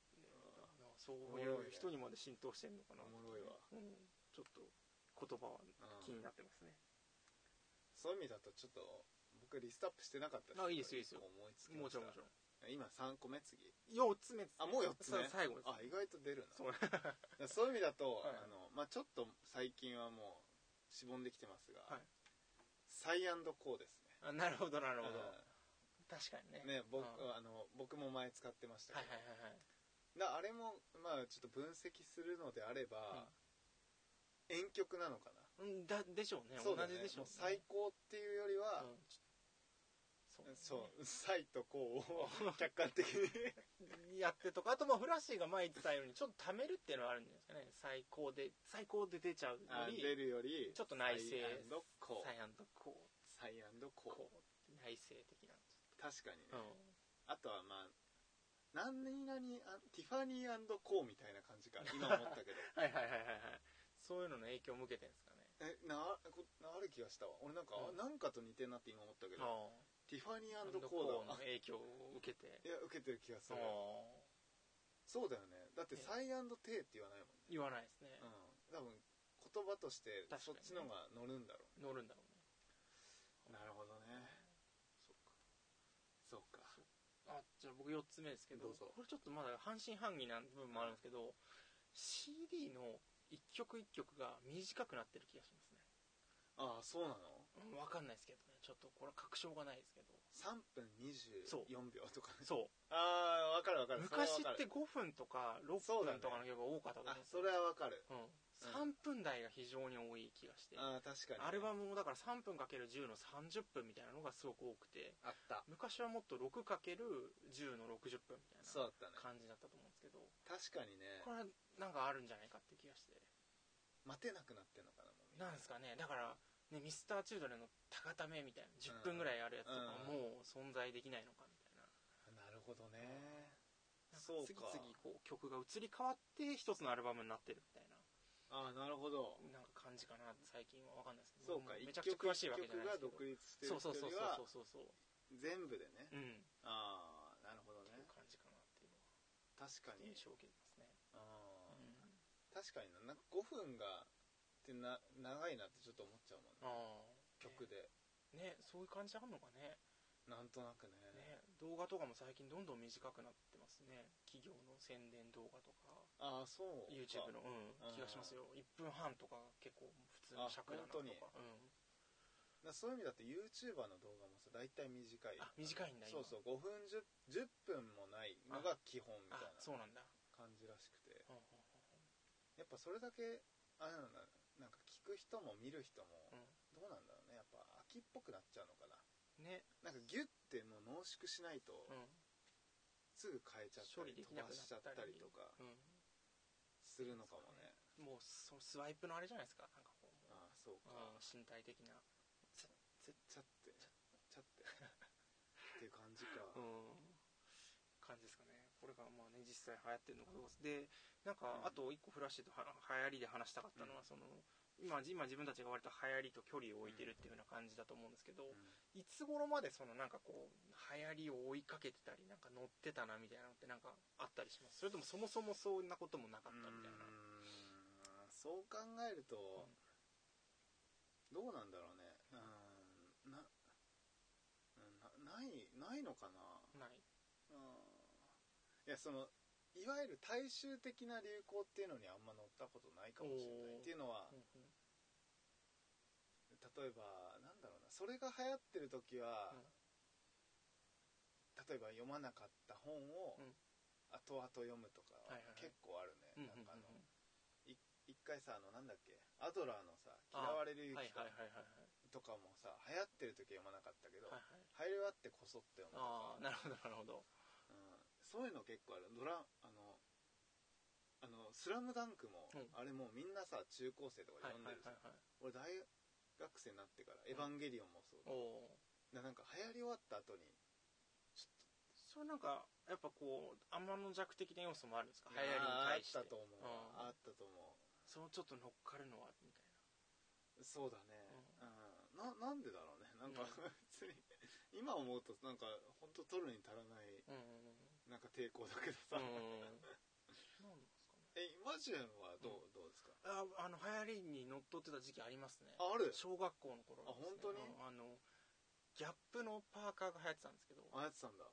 S1: なんかそういう人にまで浸透してるのかな
S3: おもろいわ
S1: うんちょっと言葉は気になってますね
S3: そういう意味だとちょっと僕リストアップしてなかった
S1: あいいですよいいですよ
S3: 思いつき
S1: も
S3: まし
S1: ち
S3: た
S1: ろんもちろん
S3: 今3個目次
S1: 4つ目
S3: あもう4つ目
S1: そう最後です
S3: あ意外と出るな
S1: そう
S3: そういう意味だと、
S1: はい
S3: あのまあ、ちょっと最近はもうしぼんできてますが、
S1: はい
S3: サイアンドコーですね
S1: あなるほどなるほど
S3: う
S1: 確かにね
S3: んね僕,、
S1: うんはい
S3: あの僕も前使ってました
S1: は
S3: け
S1: い
S3: ど、
S1: はいはい
S3: だあれも、まあ、ちょっと分析するのであれば、遠曲なのか
S1: うんだでしょうね
S3: な、
S1: 同
S3: だ
S1: じでしょう、
S3: も
S1: ね、
S3: 最高っていうよりは、
S1: うんちょそ
S3: そう、
S1: う,、
S3: サイとこ うを客観的に。
S1: やってとかあとまあフラッシーが前言ってたようにちょっと貯めるっていうのはあるんじゃないですかね最高で最高で出ちゃうよ
S3: あ
S1: り
S3: 出るより、
S1: ちょっと内省
S3: サイアンドコ
S1: サイアンドこ
S3: ー。サイアンド
S1: う
S3: コ
S1: こう内省的な
S3: ー。確かにね。
S1: うん
S3: あとはまあ、何々あ、ティファニーコーみたいな感じか、今思ったけど。
S1: はいはいはいはいはいそういうのの影響を受けてるんですかね
S3: え、な、こある気がしたわ。俺なんか、
S1: うん
S3: なんかと似てんなって今思ったけど、
S1: あ
S3: ティファニ
S1: あ
S3: ー
S1: コ
S3: コーだ
S1: ーの
S3: わ。
S1: 影響を受けて
S3: いや、受けてる気がす
S1: あ
S3: る。
S1: あ
S3: そうだよね。だって、
S1: ね
S3: サイアンドテーって言わないもんね。
S1: 言わないですね、
S3: うん。多分、言葉として
S1: 確、か
S3: そ
S1: に
S3: っ
S1: ね
S3: ちのが乗るんだろうね
S1: 乗るんだろうね
S3: なるほどねそっかそっか
S1: あじゃあ僕4つ目ですけど
S3: どうぞ
S1: これちょっとまだ半信半疑な部分もあるんですけど CD の一曲一曲が短くなってる気がしますね
S3: ああそうなの
S1: うんわかんないですけどねちょっとこれは確証がないですけど
S3: 3分24秒とかね
S1: そ
S3: ああ分かる分か
S1: う
S3: る
S1: 昔って
S3: て
S1: 5分とか6
S3: そうだね
S1: 分とかの曲が多かったと思うん
S3: あ
S1: です
S3: そ
S1: よ
S3: れは分かる
S1: うん、3分台が非常に多い気がして、
S3: ああ確かに
S1: アルバムもだから3分 ×10 の30分みたいなのがすごく多くて
S3: あった
S1: 昔はもっと 6×10 の60分みたい
S3: そう
S1: な
S3: だったね
S1: 感じだったと思うんですけど
S3: 確かにね
S1: これはなんかあるんじゃないかって気がして
S3: 待てなくなってんのかなもうみん
S1: なんですかねだからねミスターチルドレンの高ためみたいな10分ぐらいあるやつとか
S3: うん
S1: もう存在できないのかみたい
S3: な
S1: な
S3: るほどね
S1: なん
S3: そうか
S1: 次々こう曲が移り変わって一つのアルバムになってるみたいな
S3: ああなるほど
S1: なんか感じかなって最近は分かんないですけ
S3: そ
S1: ど
S3: うか
S1: もめ
S3: 一
S1: ちゃくちゃ
S3: 曲
S1: 詳しい
S3: 一
S1: わけじゃ
S3: 曲が
S1: ないですけど
S3: 独立してる
S1: そ
S3: っ
S1: う
S3: てい
S1: そうそう
S3: よ
S1: う
S3: りは
S1: そうそうそう
S3: 全部でね
S1: うんっ
S3: ああなるほど
S1: て
S3: ね
S1: いう感じかなっていうのは
S3: 確かに
S1: 印象を受けてますね
S3: ああ
S1: うん
S3: 確かにななんか5分がってな長いなってちょっと思っちゃうもんね
S1: ああ
S3: 曲で
S1: ねそういう感じあるのかね
S3: なんとなくね
S1: ね動画とかも最近どんどん短くなってますね企業の宣伝動画とか
S3: ああそうか
S1: YouTube の、う
S3: う
S1: ん
S3: ん
S1: 気がしますよ1分半とか結構普通の尺だな
S3: あ
S1: とか
S3: 本当に
S1: うん
S3: なそういう意味だと YouTuber の動画もさ大体短い
S1: あ短いんだ
S3: そ
S1: 今
S3: うそう5分 10, 10分もないのが基本みたい
S1: あそう
S3: な
S1: なんだ、
S3: 感じらしくて
S1: うんうんうん
S3: やっぱそれだけあれなんだなんか聞く人も見る人もどうなんだろうねやっぱ秋っぽくなっちゃうのかな
S1: うん、ね、
S3: なんかギュッてもう濃縮しないと
S1: うん
S3: すぐ変えちゃった
S1: 処
S3: り
S1: 理でき
S3: 飛ば
S1: なくなっ
S3: し
S1: たり
S3: ちゃったりとか
S1: う
S3: するのかもね
S1: ん、もうそのスワイプのあれじゃないですかなんかこうも
S3: ああそう
S1: う、
S3: か
S1: うん身体的な
S3: ちゃってちゃってっていう感じか、
S1: うん感じですかねこれがまあね実際流行ってるのかどうかでなん
S3: う
S1: か
S3: ん
S1: あと一個フラッシュとは流行りで話したかったのは、その今今自分たちが割と流行りと距離を置いてるっていうような感じだと思うんですけど、
S3: うん
S1: いつ頃までそのなんかこう流行りを追いかけてたりなんか乗ってたなみたいなのってなんかあったりしますそれともそもそもそんなこともなかったみたいな
S3: うーんそう考えると、どうなんだろうねうーんなうんなないないのかな
S1: ない
S3: うんいやそのいわゆる大衆的な流行っていうのにあんま乗ったことないかもしれない
S1: お
S3: っ
S1: ー
S3: ていうのは
S1: うんうん
S3: 例えばなんだろうなそれが流行ってる時は、例えば読まなかった本を
S1: うん
S3: 後々読むとか
S1: はいはいはい
S3: 結構あるね、
S1: うんうん
S3: な
S1: うんん
S3: かあの一回さあのなんだっけアドラーのさ「嫌われる
S1: は
S3: 勇
S1: い
S3: 気
S1: はいはい
S3: か
S1: はい」
S3: とかもさ流行ってる時は読まなかったけど、
S1: はいはい
S3: 流行り終わってこそって読むとか
S1: ああなるほどなるほど
S3: うんそういうの結構あるドラあの「あのスラムダンクも、
S1: うん
S3: あれもうみんなさ中高生とか
S1: はいは
S3: 読
S1: い
S3: ん
S1: は
S3: でるじ
S1: い
S3: ゃん、
S1: はい
S3: 俺大学生になってから「エヴァンゲリオン」もそうだ
S1: お、お
S3: ななんか流行り終わった後に
S1: ーそれなんかやっぱこう天の弱的な要素もあるんですか流行りに
S3: あーあ
S1: 対
S3: っ
S1: して
S3: たと思う、
S1: ん
S3: あったと思う
S1: そのちょっと乗っかるのはみたい
S3: そうだね、うんななんでだろうねなんか
S1: うん
S3: 別に今思うとなんか本当取るに足らない
S1: なうんうん
S3: なんか抵抗だけどさ、
S1: うんうんうんなんですかね
S3: えマジュンはどう,、どうですか
S1: ああの流行りにのっとってた時期ありますね
S3: あある
S1: 小学校の頃なんですね
S3: あ本当に
S1: うんあのギャップのパーカーが流行ってたんですけど
S3: あやってたんだ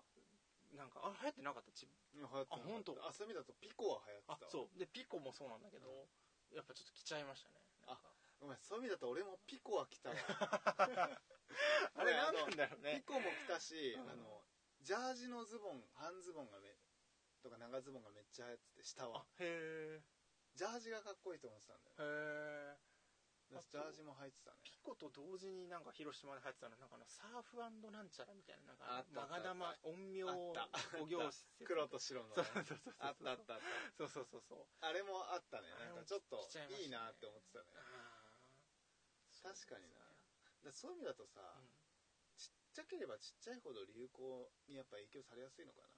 S1: なんかあ流行ってなかったち
S3: 流行ってなかった
S1: あ本当
S3: あそういう意味だとピコは流行ってた
S1: あ
S3: わ
S1: そうでピコもそうなんだけど、やっぱちょっと来ちゃいましたねなんか
S3: ごめんそういう意味だと俺もピコは来たわ
S1: あれ何なんだろう
S3: ピ
S1: ね
S3: コも来た し、
S1: うん
S3: あのジャージのズボン半ズボンがめとか長ズボンがめっちゃ流行ってて下
S1: あ
S3: は
S1: へ
S3: ジャージがかっこいいと思ってたんだよ
S1: えへえ
S3: ねジャージも入ってたね
S1: ピコと同時になんか広島で流行ってたのなんかあのサーフなんちゃらみたいななん
S3: あ
S1: か
S3: ったあった
S1: マ
S3: あ
S1: ガ
S3: った
S1: ダマ陰陽
S3: あった
S1: 五行説
S3: 黒と白のね
S1: そうそうそうそう
S3: あったあったあっ
S1: そうそうそうそう
S3: たあれもあったね
S1: あれ
S3: なん
S1: も
S3: かちょっと
S1: 来ちゃいましたね
S3: いいなって思ってたね
S1: あー
S3: 確かになだそういう意味だとさ、
S1: うん
S3: ちっちゃければちっちゃいほど流行にやっぱ影響されやすいのかな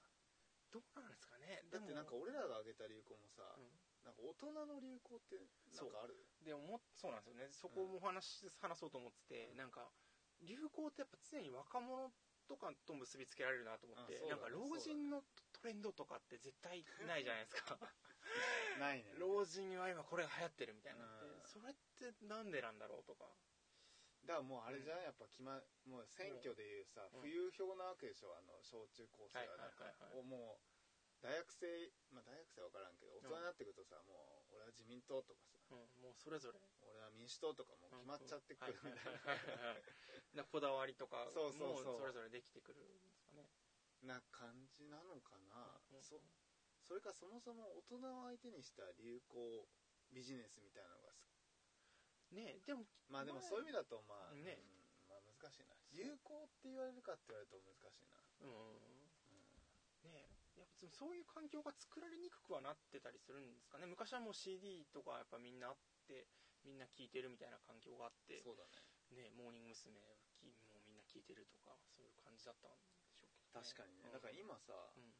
S1: どうなんですかね
S3: だってなんか
S1: でも
S3: 俺らが挙げた流行もさ、
S1: う
S3: なんか大人の流行ってなんかある
S1: んでももそうなんですよねそこもお話し話そうと思ってて、なんか流行ってやっぱ常に若者とかと結びつけられるなと思って、
S3: あそうだ
S1: な
S3: ね
S1: んか老人のトレンドとかって絶対ないじゃないですか
S3: ないね
S1: 老人は今これが流行ってるみたいなのって、
S3: うん
S1: それってなんでなんだろうとか
S3: だからもうあれじゃんやっぱ決まもう選挙でいうさ
S1: うん
S3: 富裕票なわけでしょあの小中高生はなんか
S1: はいはいはいはい
S3: おもう大学生まあ大学生は分からんけど大人になってくるとさもう俺は自民党とかさ
S1: うん、もうそれぞれ
S3: 俺は民主党とかもう決まっちゃってくるみたい
S1: はいはいはいはいなこ だわりとかも
S3: そうそうそう
S1: それぞれできてくるんですかね
S3: なな感じなのかな
S1: うん
S3: そそれかそもそも大人を相手にした流行ビジネスみたいなのがす
S1: ねでも
S3: まあでもそういう意味だとまあ
S1: ね
S3: うんまあ難しいな流行って言われるかって言われると難しいな
S1: うんねやっぱでもそういう環境が作られにくくはなってたりするんですかね昔はもう CD とかやっぱみんなあってみんな聴いてるみたいな環境があって
S3: そうだね
S1: ねモーニング娘。もうみんな聴いてるとかそういう感じだったんでしょうけど、
S3: 確かにねだから今さ
S1: うん、うん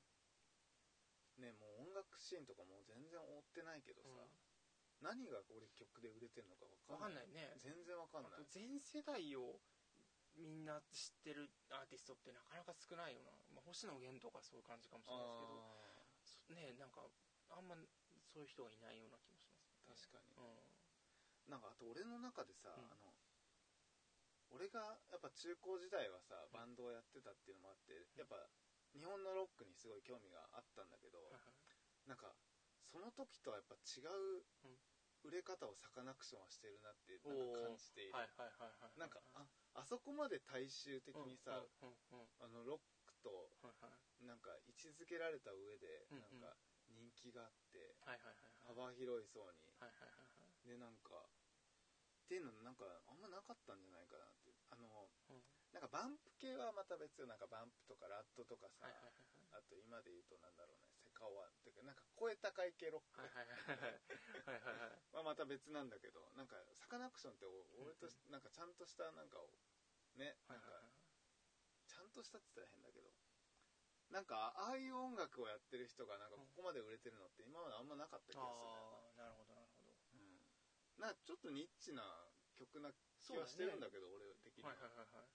S3: ねもう音楽シーンとかもう全然追ってないけどさ、何が俺曲で売れてるのか
S1: 分
S3: 分かん
S1: かんな
S3: ない
S1: いね
S3: 全然分かんない
S1: あと全世代をみんな知ってるアーティストってなかなか少ないよな、まあ、星野源とかそういう感じかもしれないです
S3: あ
S1: けどそねなんかあんまそういう人がいないような気もし
S3: ー
S1: ます、ね、
S3: 確かに、
S1: か
S3: なんかあと俺の中でさ、
S1: うん
S3: あの俺がやっぱ中高時代はさバンドをやってたっていうのもあって、やっぱ日本のロックにすごい興味があったんだけど、なんかその時とはやっぱ違う
S1: うん
S3: 売れ方をサカナクションはしてるなって
S1: う、
S3: なんんか
S1: お
S3: 感じている、
S1: ーはいはいはいはい
S3: なんかああそこまで大衆的にさ、
S1: うんうんうんうん
S3: あのロックと
S1: はいはい
S3: なんか位置づけられた上で
S1: うん
S3: な
S1: うん
S3: んか人気があって
S1: はいはいはいはい
S3: 幅広い層に
S1: はいはいはい
S3: でなんかっていうのなんかあんまなかったんじゃないかなってあの
S1: うん
S3: なんかバンプ系はまた別よなんかバンプとかラットとかさ
S1: はいはいはい
S3: あと今で言うとなんだろうねセカオワっていうかなんか声高い系ロック
S1: はいはいはいはいはいはいはいはい
S3: はまた別なんだけどなんかサカナクションってお俺としなんかちゃんとしたなんかをねなんかちゃんとしたって言ったら変だけどなんかああいう音楽をやってる人がなんかここまで売れてるのって今まであんまなかった気がするんだよ
S1: ああなるほどなるほど
S3: な,、うん、なんかちょっとニッチな曲な気はしてるんだけど、俺的には、
S1: はいはいはいはい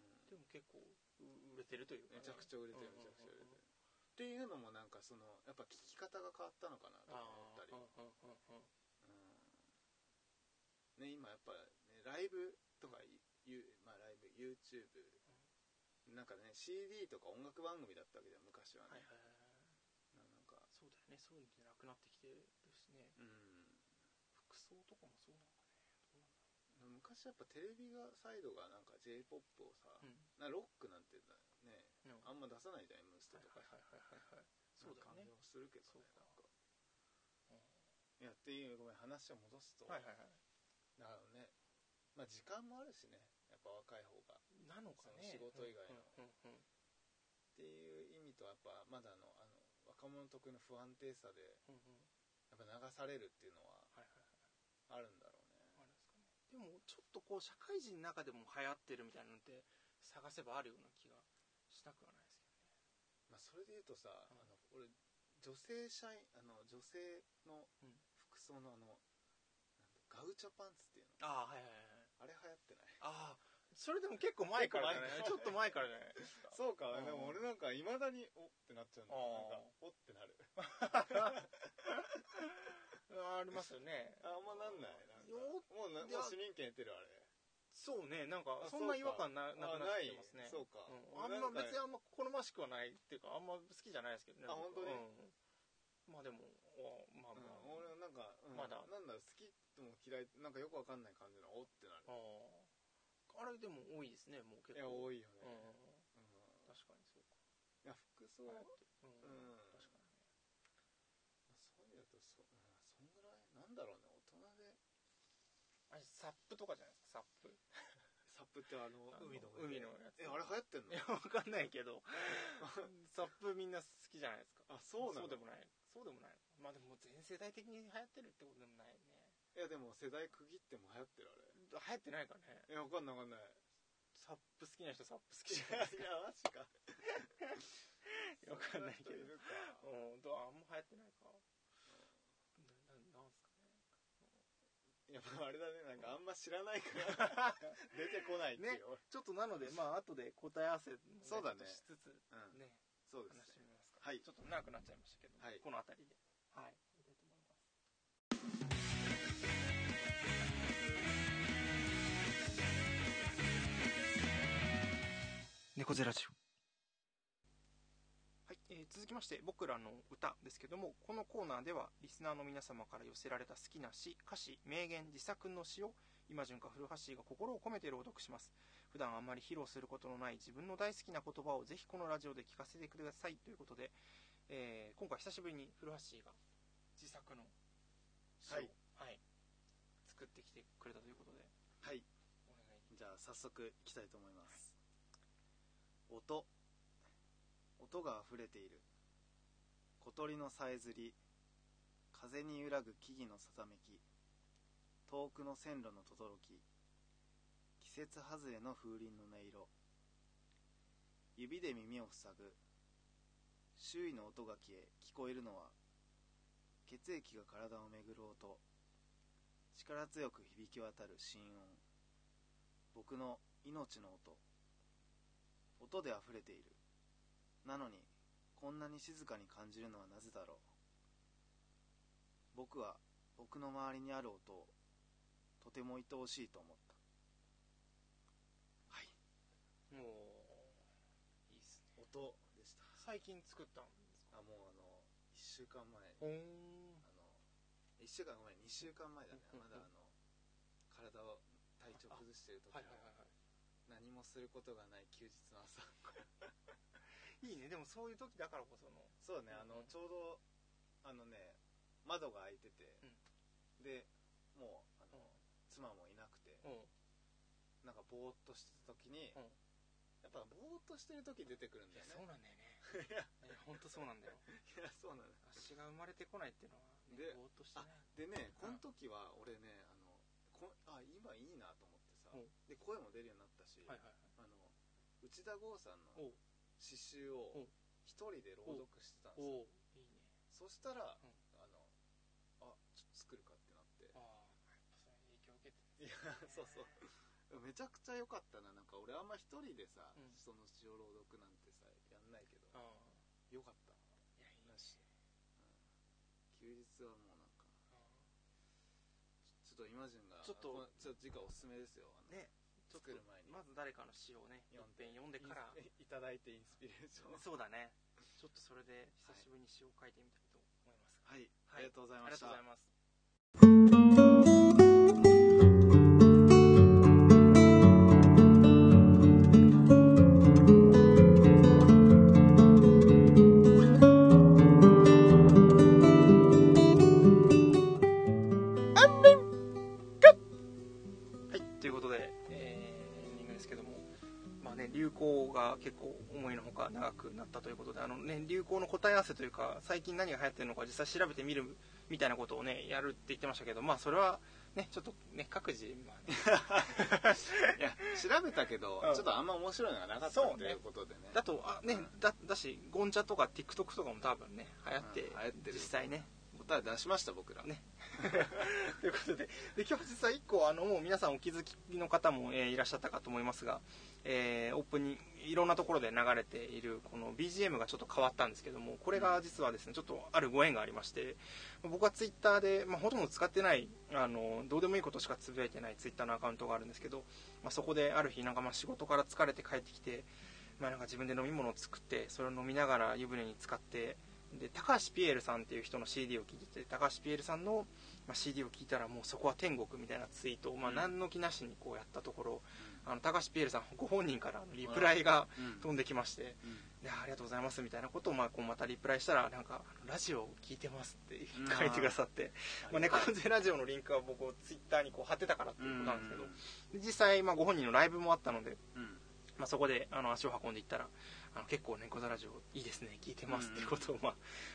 S3: うん
S1: でも結構う売れてるというかね
S3: めちゃくちゃ売れてる
S1: うん
S3: め
S1: う
S3: ちゃ
S1: んうん
S3: くちゃ売れてるっていうのもなんかそのやっぱ聴き方が変わったのかなとか思ったり、
S1: あーうんうんうんうん
S3: うんね、今やっぱ、ね、ライブとかい、ゆまあ、ライブ YouTube なんかね CD とか音楽番組だったわけだよ昔はね、
S1: はいはいはいはい
S3: なんか
S1: そうだよねそういうのじゃなくなってきてるしね
S3: うん
S1: 服装とかもそうなのかねどうなんだろ
S3: 昔やっぱテレビがサイドがなんか j p o p をさ、
S1: う
S3: なロックなんてね
S1: うんうん
S3: あんま出さないじゃん「M ステ」とか、
S1: はいはいはいはいはいそうだよ
S3: なんか感じ
S1: ね
S3: もするけど
S1: そう
S3: ね
S1: か
S3: なんかいやっていうごめん話を戻すと、
S1: はいはいは
S3: なるほどねまあ時間もあるしねやっぱ若い方が
S1: いなのかね
S3: その仕事以外の
S1: うんうんうん
S3: っていう意味とやっぱまだあのあの若者特有の不安定さで
S1: うんうん
S3: やっぱ流されるっていうのは
S1: はいはいは
S3: あ
S1: い
S3: るんだろうね
S1: あるんですかねでもちょっとこう社会人の中でも流行ってるみたいなのって探せばあるような気がしなくはないですけどね
S3: まあ、それで言うとさ、
S1: う
S3: あ
S1: ん
S3: の俺女性社員あの女性の
S1: うん
S3: 服装のあのなんだガウチャパンツっていうの
S1: ああはい
S3: あ
S1: はいはいはい
S3: れ流行ってない
S1: ああそれでも結構前からじゃない
S3: 結構前から
S1: ちょっと前からじゃない ですか
S3: そうか、
S1: うん
S3: でも俺なんかいまだにおってなっちゃうんだよ
S1: あ
S3: な
S1: ー
S3: んかおってなる
S1: ありますよね
S3: あんまなんないなんか
S1: よ
S3: もうなも
S1: いや
S3: う市民権得てるあれ
S1: そうねなんか
S3: あ
S1: そん
S3: そう
S1: な
S3: か
S1: 違和感なな
S3: あ
S1: くなってきてますね
S3: そうか、
S1: うん、あんま別に
S3: あ
S1: あんま好ましくはないっていうかあんま好きじゃないですけどね
S3: あ本当に
S1: うんまあでもあまあまあ、
S3: 俺はなんか、うん
S1: まだ
S3: なんだろう好きとも嫌いなんかよくわかんない感じのおってなる
S1: あーあれでも多いですねもう結構
S3: いや多いよね、
S1: う
S3: うん
S1: ん確かにそうか
S3: いや服装、
S1: うん、
S3: うん
S1: 確かにね
S3: そういうのとそ,、うん、そんぐらいなんだろうね大人で
S1: あれサップとかじゃないですかサップ
S3: サップってあの
S1: あ
S3: 海の
S1: 海のやつ
S3: えあれ流行ってんの
S1: い やわかんないけどサップみんな好きじゃないですか
S3: あそうなの
S1: でもないそうでもないまあでも全世代的に流行ってるってことでもないね
S3: いやでも世代区切っても流行ってるあれ
S1: 流行ってないかね
S3: いやわかんないわかんない
S1: サップ好きな人サップ好き
S3: い
S1: じ
S3: や
S1: ゃない
S3: いやマジ か
S1: いやわかんないけど
S3: そ人るか
S1: うんどうあんま流行ってないかなななんすかね
S3: いやまああれだねなんかあんま知らない から出てこないっていう、
S1: ねちょっとなのでまあ後で答え合わせもね
S3: そうだね
S1: ちょっとしつつ
S3: うん
S1: ね
S3: そうで
S1: 話し
S3: す
S1: て
S3: ね
S1: みますか
S3: はい
S1: ちょっと長くなっちゃいましたけど、
S3: はい
S1: この辺りではいいきたいと思います猫背ラジオはい、えー続きまして「僕らの歌」ですけどもこのコーナーではリスナーの皆様から寄せられた好きな詩歌詞名言自作の詩を今順か古橋が心を込めて朗読します普段あんまり披露することのない自分の大好きな言葉をぜひこのラジオで聞かせてくださいということで、えー今回久しぶりに古橋が自作の詩を、
S3: は
S1: はい
S3: い
S1: 作ってきてくれたということで
S3: はい
S1: お願い
S5: じゃあ早速いきたいと思います、音音が溢れている小鳥のさえずり風に揺らぐ木々のさざめき遠くの線路のとどろき季節外れの風鈴の音色指で耳を塞ぐ周囲の音が消え聞こえるのは血液が体を巡る音力強く響き渡る心音僕の命の音音で溢れているなのにこんなに静かに感じるのはなぜだろう僕は僕の周りにある音をとても愛おしいと思ったはい
S1: もういいっすね
S3: 音でした
S1: 最近作ったんですか
S3: あもうあの1週間前
S1: ほーん
S3: あの1週間ごめん2週間前だね
S1: うん
S3: まだあの体を体調崩してる時
S1: は
S3: の
S1: いはいはいは
S3: 何もすることがない休日の朝
S1: いいいねでもそういう時だからこその
S3: そうね
S1: うん
S3: あのちょうどあのね窓が開いててでもうあの
S1: うん
S3: 妻もいなくて
S1: うん
S3: なんかぼーっとしてた時に
S1: うん
S3: やっぱぼーっとしてる時出てくるん
S1: い
S3: だ
S1: や
S3: よ
S1: そう
S3: ね
S1: なんだよね いや本当そうなんだよ
S3: いやそう なんだ
S1: 足が生まれてこないっていうのはね
S3: で
S1: ぼーっとしてね
S3: でね
S1: うん
S3: この時は俺ねあのこあ今いいなと思ってさ
S1: うん
S3: で声も出るようになったし
S1: はいはいはい
S3: あの内田剛さんの
S1: おう
S3: 詩集を
S1: お
S3: 一人で朗読してたんですよ
S1: おういいね
S3: そしたら、
S1: うん
S3: あのあちょっと作るかってなって
S1: ああやっぱそれ影響受けて
S3: いや そうそうめちゃくちゃ良かったななんか俺あんま一人でさ、
S1: うん
S3: その詩を朗読なんてさやんないけど
S1: ああ
S3: 良かった
S1: いやいいね
S3: なし休日はもうなんか
S1: ああ
S3: ちょっとイマジンが
S1: ちょっと
S3: このちょっと次回おすすめですよあの
S1: ねちょっと
S3: 作る前に
S1: まず誰かの詩をね一
S3: 読んで
S1: 遍読んでから
S3: インスい ただいてインスピレーションを
S1: そうだねちょっとそれで久しぶりに詩を書いてみたいと思います
S3: はい、
S1: は
S3: あ
S1: い
S3: りがとうございました
S1: すはいということで、えーエンディングですけどもまあね、流行が結構思いのほか長くなったということであの、ね、流行の答え合わせというか最近何が流行ってるのか実際調べてみるみたいなことをねやるって言ってましたけどまあそれはねちょっとね各自、まあね
S3: いや調べたけど、
S1: うん
S3: ちょっとあんま面白いのがなかった
S1: そう
S3: と
S1: ね
S3: いうことでね
S1: だとあねだだしゴンチャとか TikTok とかも多分ね流行って,、
S3: うん流行ってる
S1: 実際ね
S3: 答え出しました僕ら
S1: ねということでで今日実は1個あのもう皆さんお気づきの方も、えーいらっしゃったかと思いますが、えーオープンにいろんなところで流れているこの BGM がちょっと変わったんですけどもこれが実はですねちょっとあるご縁がありまして僕はツイッターで、まあ、ほとんど使ってないあのどうでもいいことしかつぶやいてないツイッターのアカウントがあるんですけど、まあ、そこである日なんかまあ仕事から疲れて帰ってきて、まあ、なんか自分で飲み物を作ってそれを飲みながら湯船に使ってで高橋ピエールさんっていう人の CD を聴いてて高橋ピエールさんのまあ、CD を聞いたらもうそこは天国みたいなツイートを、まあ、何の気なしにこうやったところ、あの高橋ピエールさんご本人からリプライが飛んできまして、でありがとうございますみたいなことを、まあ、こうまたリプライしたらなんかあのラジオを聞いてますって書いてくださって「まあ、猫背ラジオ」のリンクは僕をツイッターにこう貼ってたからっていうことなんですけど、で実際、まあ、ご本人のライブもあったので、まあ、そこであの足を運んでいったらあの結構猫背ラジオいいですね聞いてますっていうことを、ま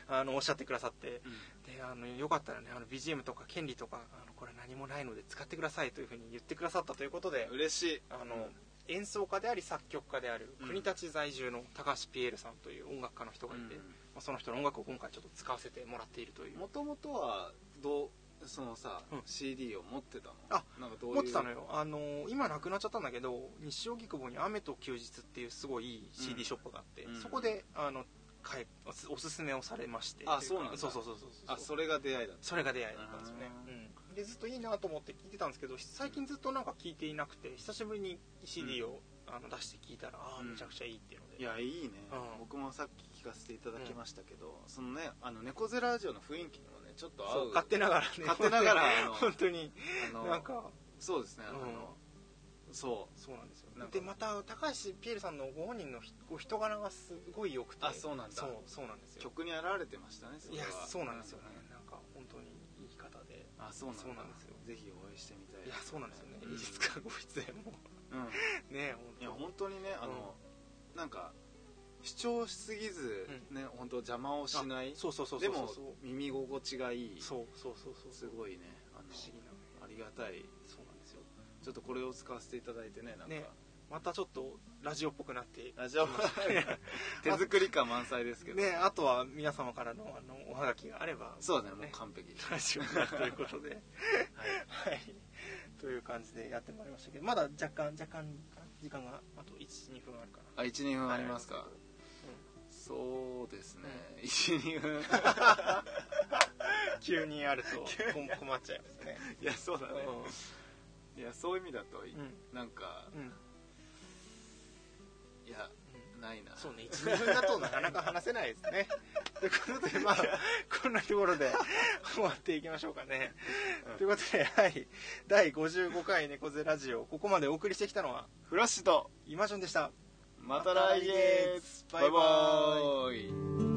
S1: あ、あのおっしゃってくださって。であのよかったらねあの BGM とか権利とかあのこれ何もないので使ってくださいというふうに言ってくださったということで
S3: 嬉しい
S1: あの、演奏家であり作曲家である国立在住の高橋ピエールさんという音楽家の人がいて、まあ、その人の音楽を今回ちょっと使わせてもらっているという
S3: もともとはどうそのさ、
S1: うん
S3: CD を持ってたの
S1: あ
S3: なんかどういう
S1: 持ってたのよあの今なくなっちゃったんだけど西荻窪に「雨と休日」っていうすごいいい CD ショップがあって、
S3: うん
S1: そこであの買えおすおすすめをされまして
S3: あ
S1: といか
S3: そうなんだ
S1: そうそうそうそうそう
S3: あそれが出会いだった
S1: それが出会いだったんですよね、うん、でずっといいなと思って聞いてたんですけど最近ずっとなんか聞いていなくて久しぶりに CD を、あの出して聞いたらああ
S3: うん
S1: めちゃくちゃいいっていうの
S3: い
S1: で、
S3: やいいね、
S1: うん
S3: 僕もさっき聞かせていただきましたけど、そのねあの猫背ラジオの雰囲気にもねちょっと合
S1: そうう勝手ながらね
S3: 勝手ながら
S1: 本当に
S3: あの
S1: なんか
S3: そうですね、
S1: うん
S3: あのそう
S1: そうなんですよ
S3: なんか
S1: でまた高橋ピエールさんのご本人のひお人柄がすごい良くて
S3: あそうなんだ
S1: そうそうなんですよ
S3: 曲に現れてましたねそ
S1: い
S3: れ
S1: や
S3: は
S1: そうなんですよね、なんか本当にいい方で
S3: うんあそうなんだ
S1: そうなんですよ
S3: ぜひお会いしてみたい
S1: いやそうなんですよね、いつかご出演も
S3: うん
S1: ね
S3: いや
S1: 本当
S3: 本当にねあの、なんか主張しすぎず、ね本当邪魔をしない
S1: あそうそうそうそ
S3: で
S1: うそう
S3: も耳心地がいい
S1: そうそうそうそう
S3: すごいねあの
S1: 不思議な
S3: ありがたい
S1: そうなんですよ
S3: ちょっとこれを使わせていただいてねなんか
S1: ねまたちょっとラジオっぽくなって
S3: ラジオ 手作り感満載ですけど、
S1: ねあとは皆様からのあのおはがきがあれば
S3: そうだねもう完璧
S1: ラジオになるということではい、という感じでやってまいりましたけどまだ若干若干時間があと12分あるか
S3: あ12分
S1: な
S3: ありますか、
S1: はい
S3: そうですね12分
S1: 急にあるとこん 困っちゃいますね
S3: いやそうだね
S1: う
S3: いやそういう意味だとい
S1: ん
S3: なんか
S1: うん、うん
S3: いやないな
S1: そうね12分だとなかなか話せないですね ということでまあ こんなところ で終わっていきましょうかね、ということではい第55回猫背ラジオここまでお送りしてきたのは
S3: フラッシュと
S1: イマジョンでした
S3: また来月バイバーイ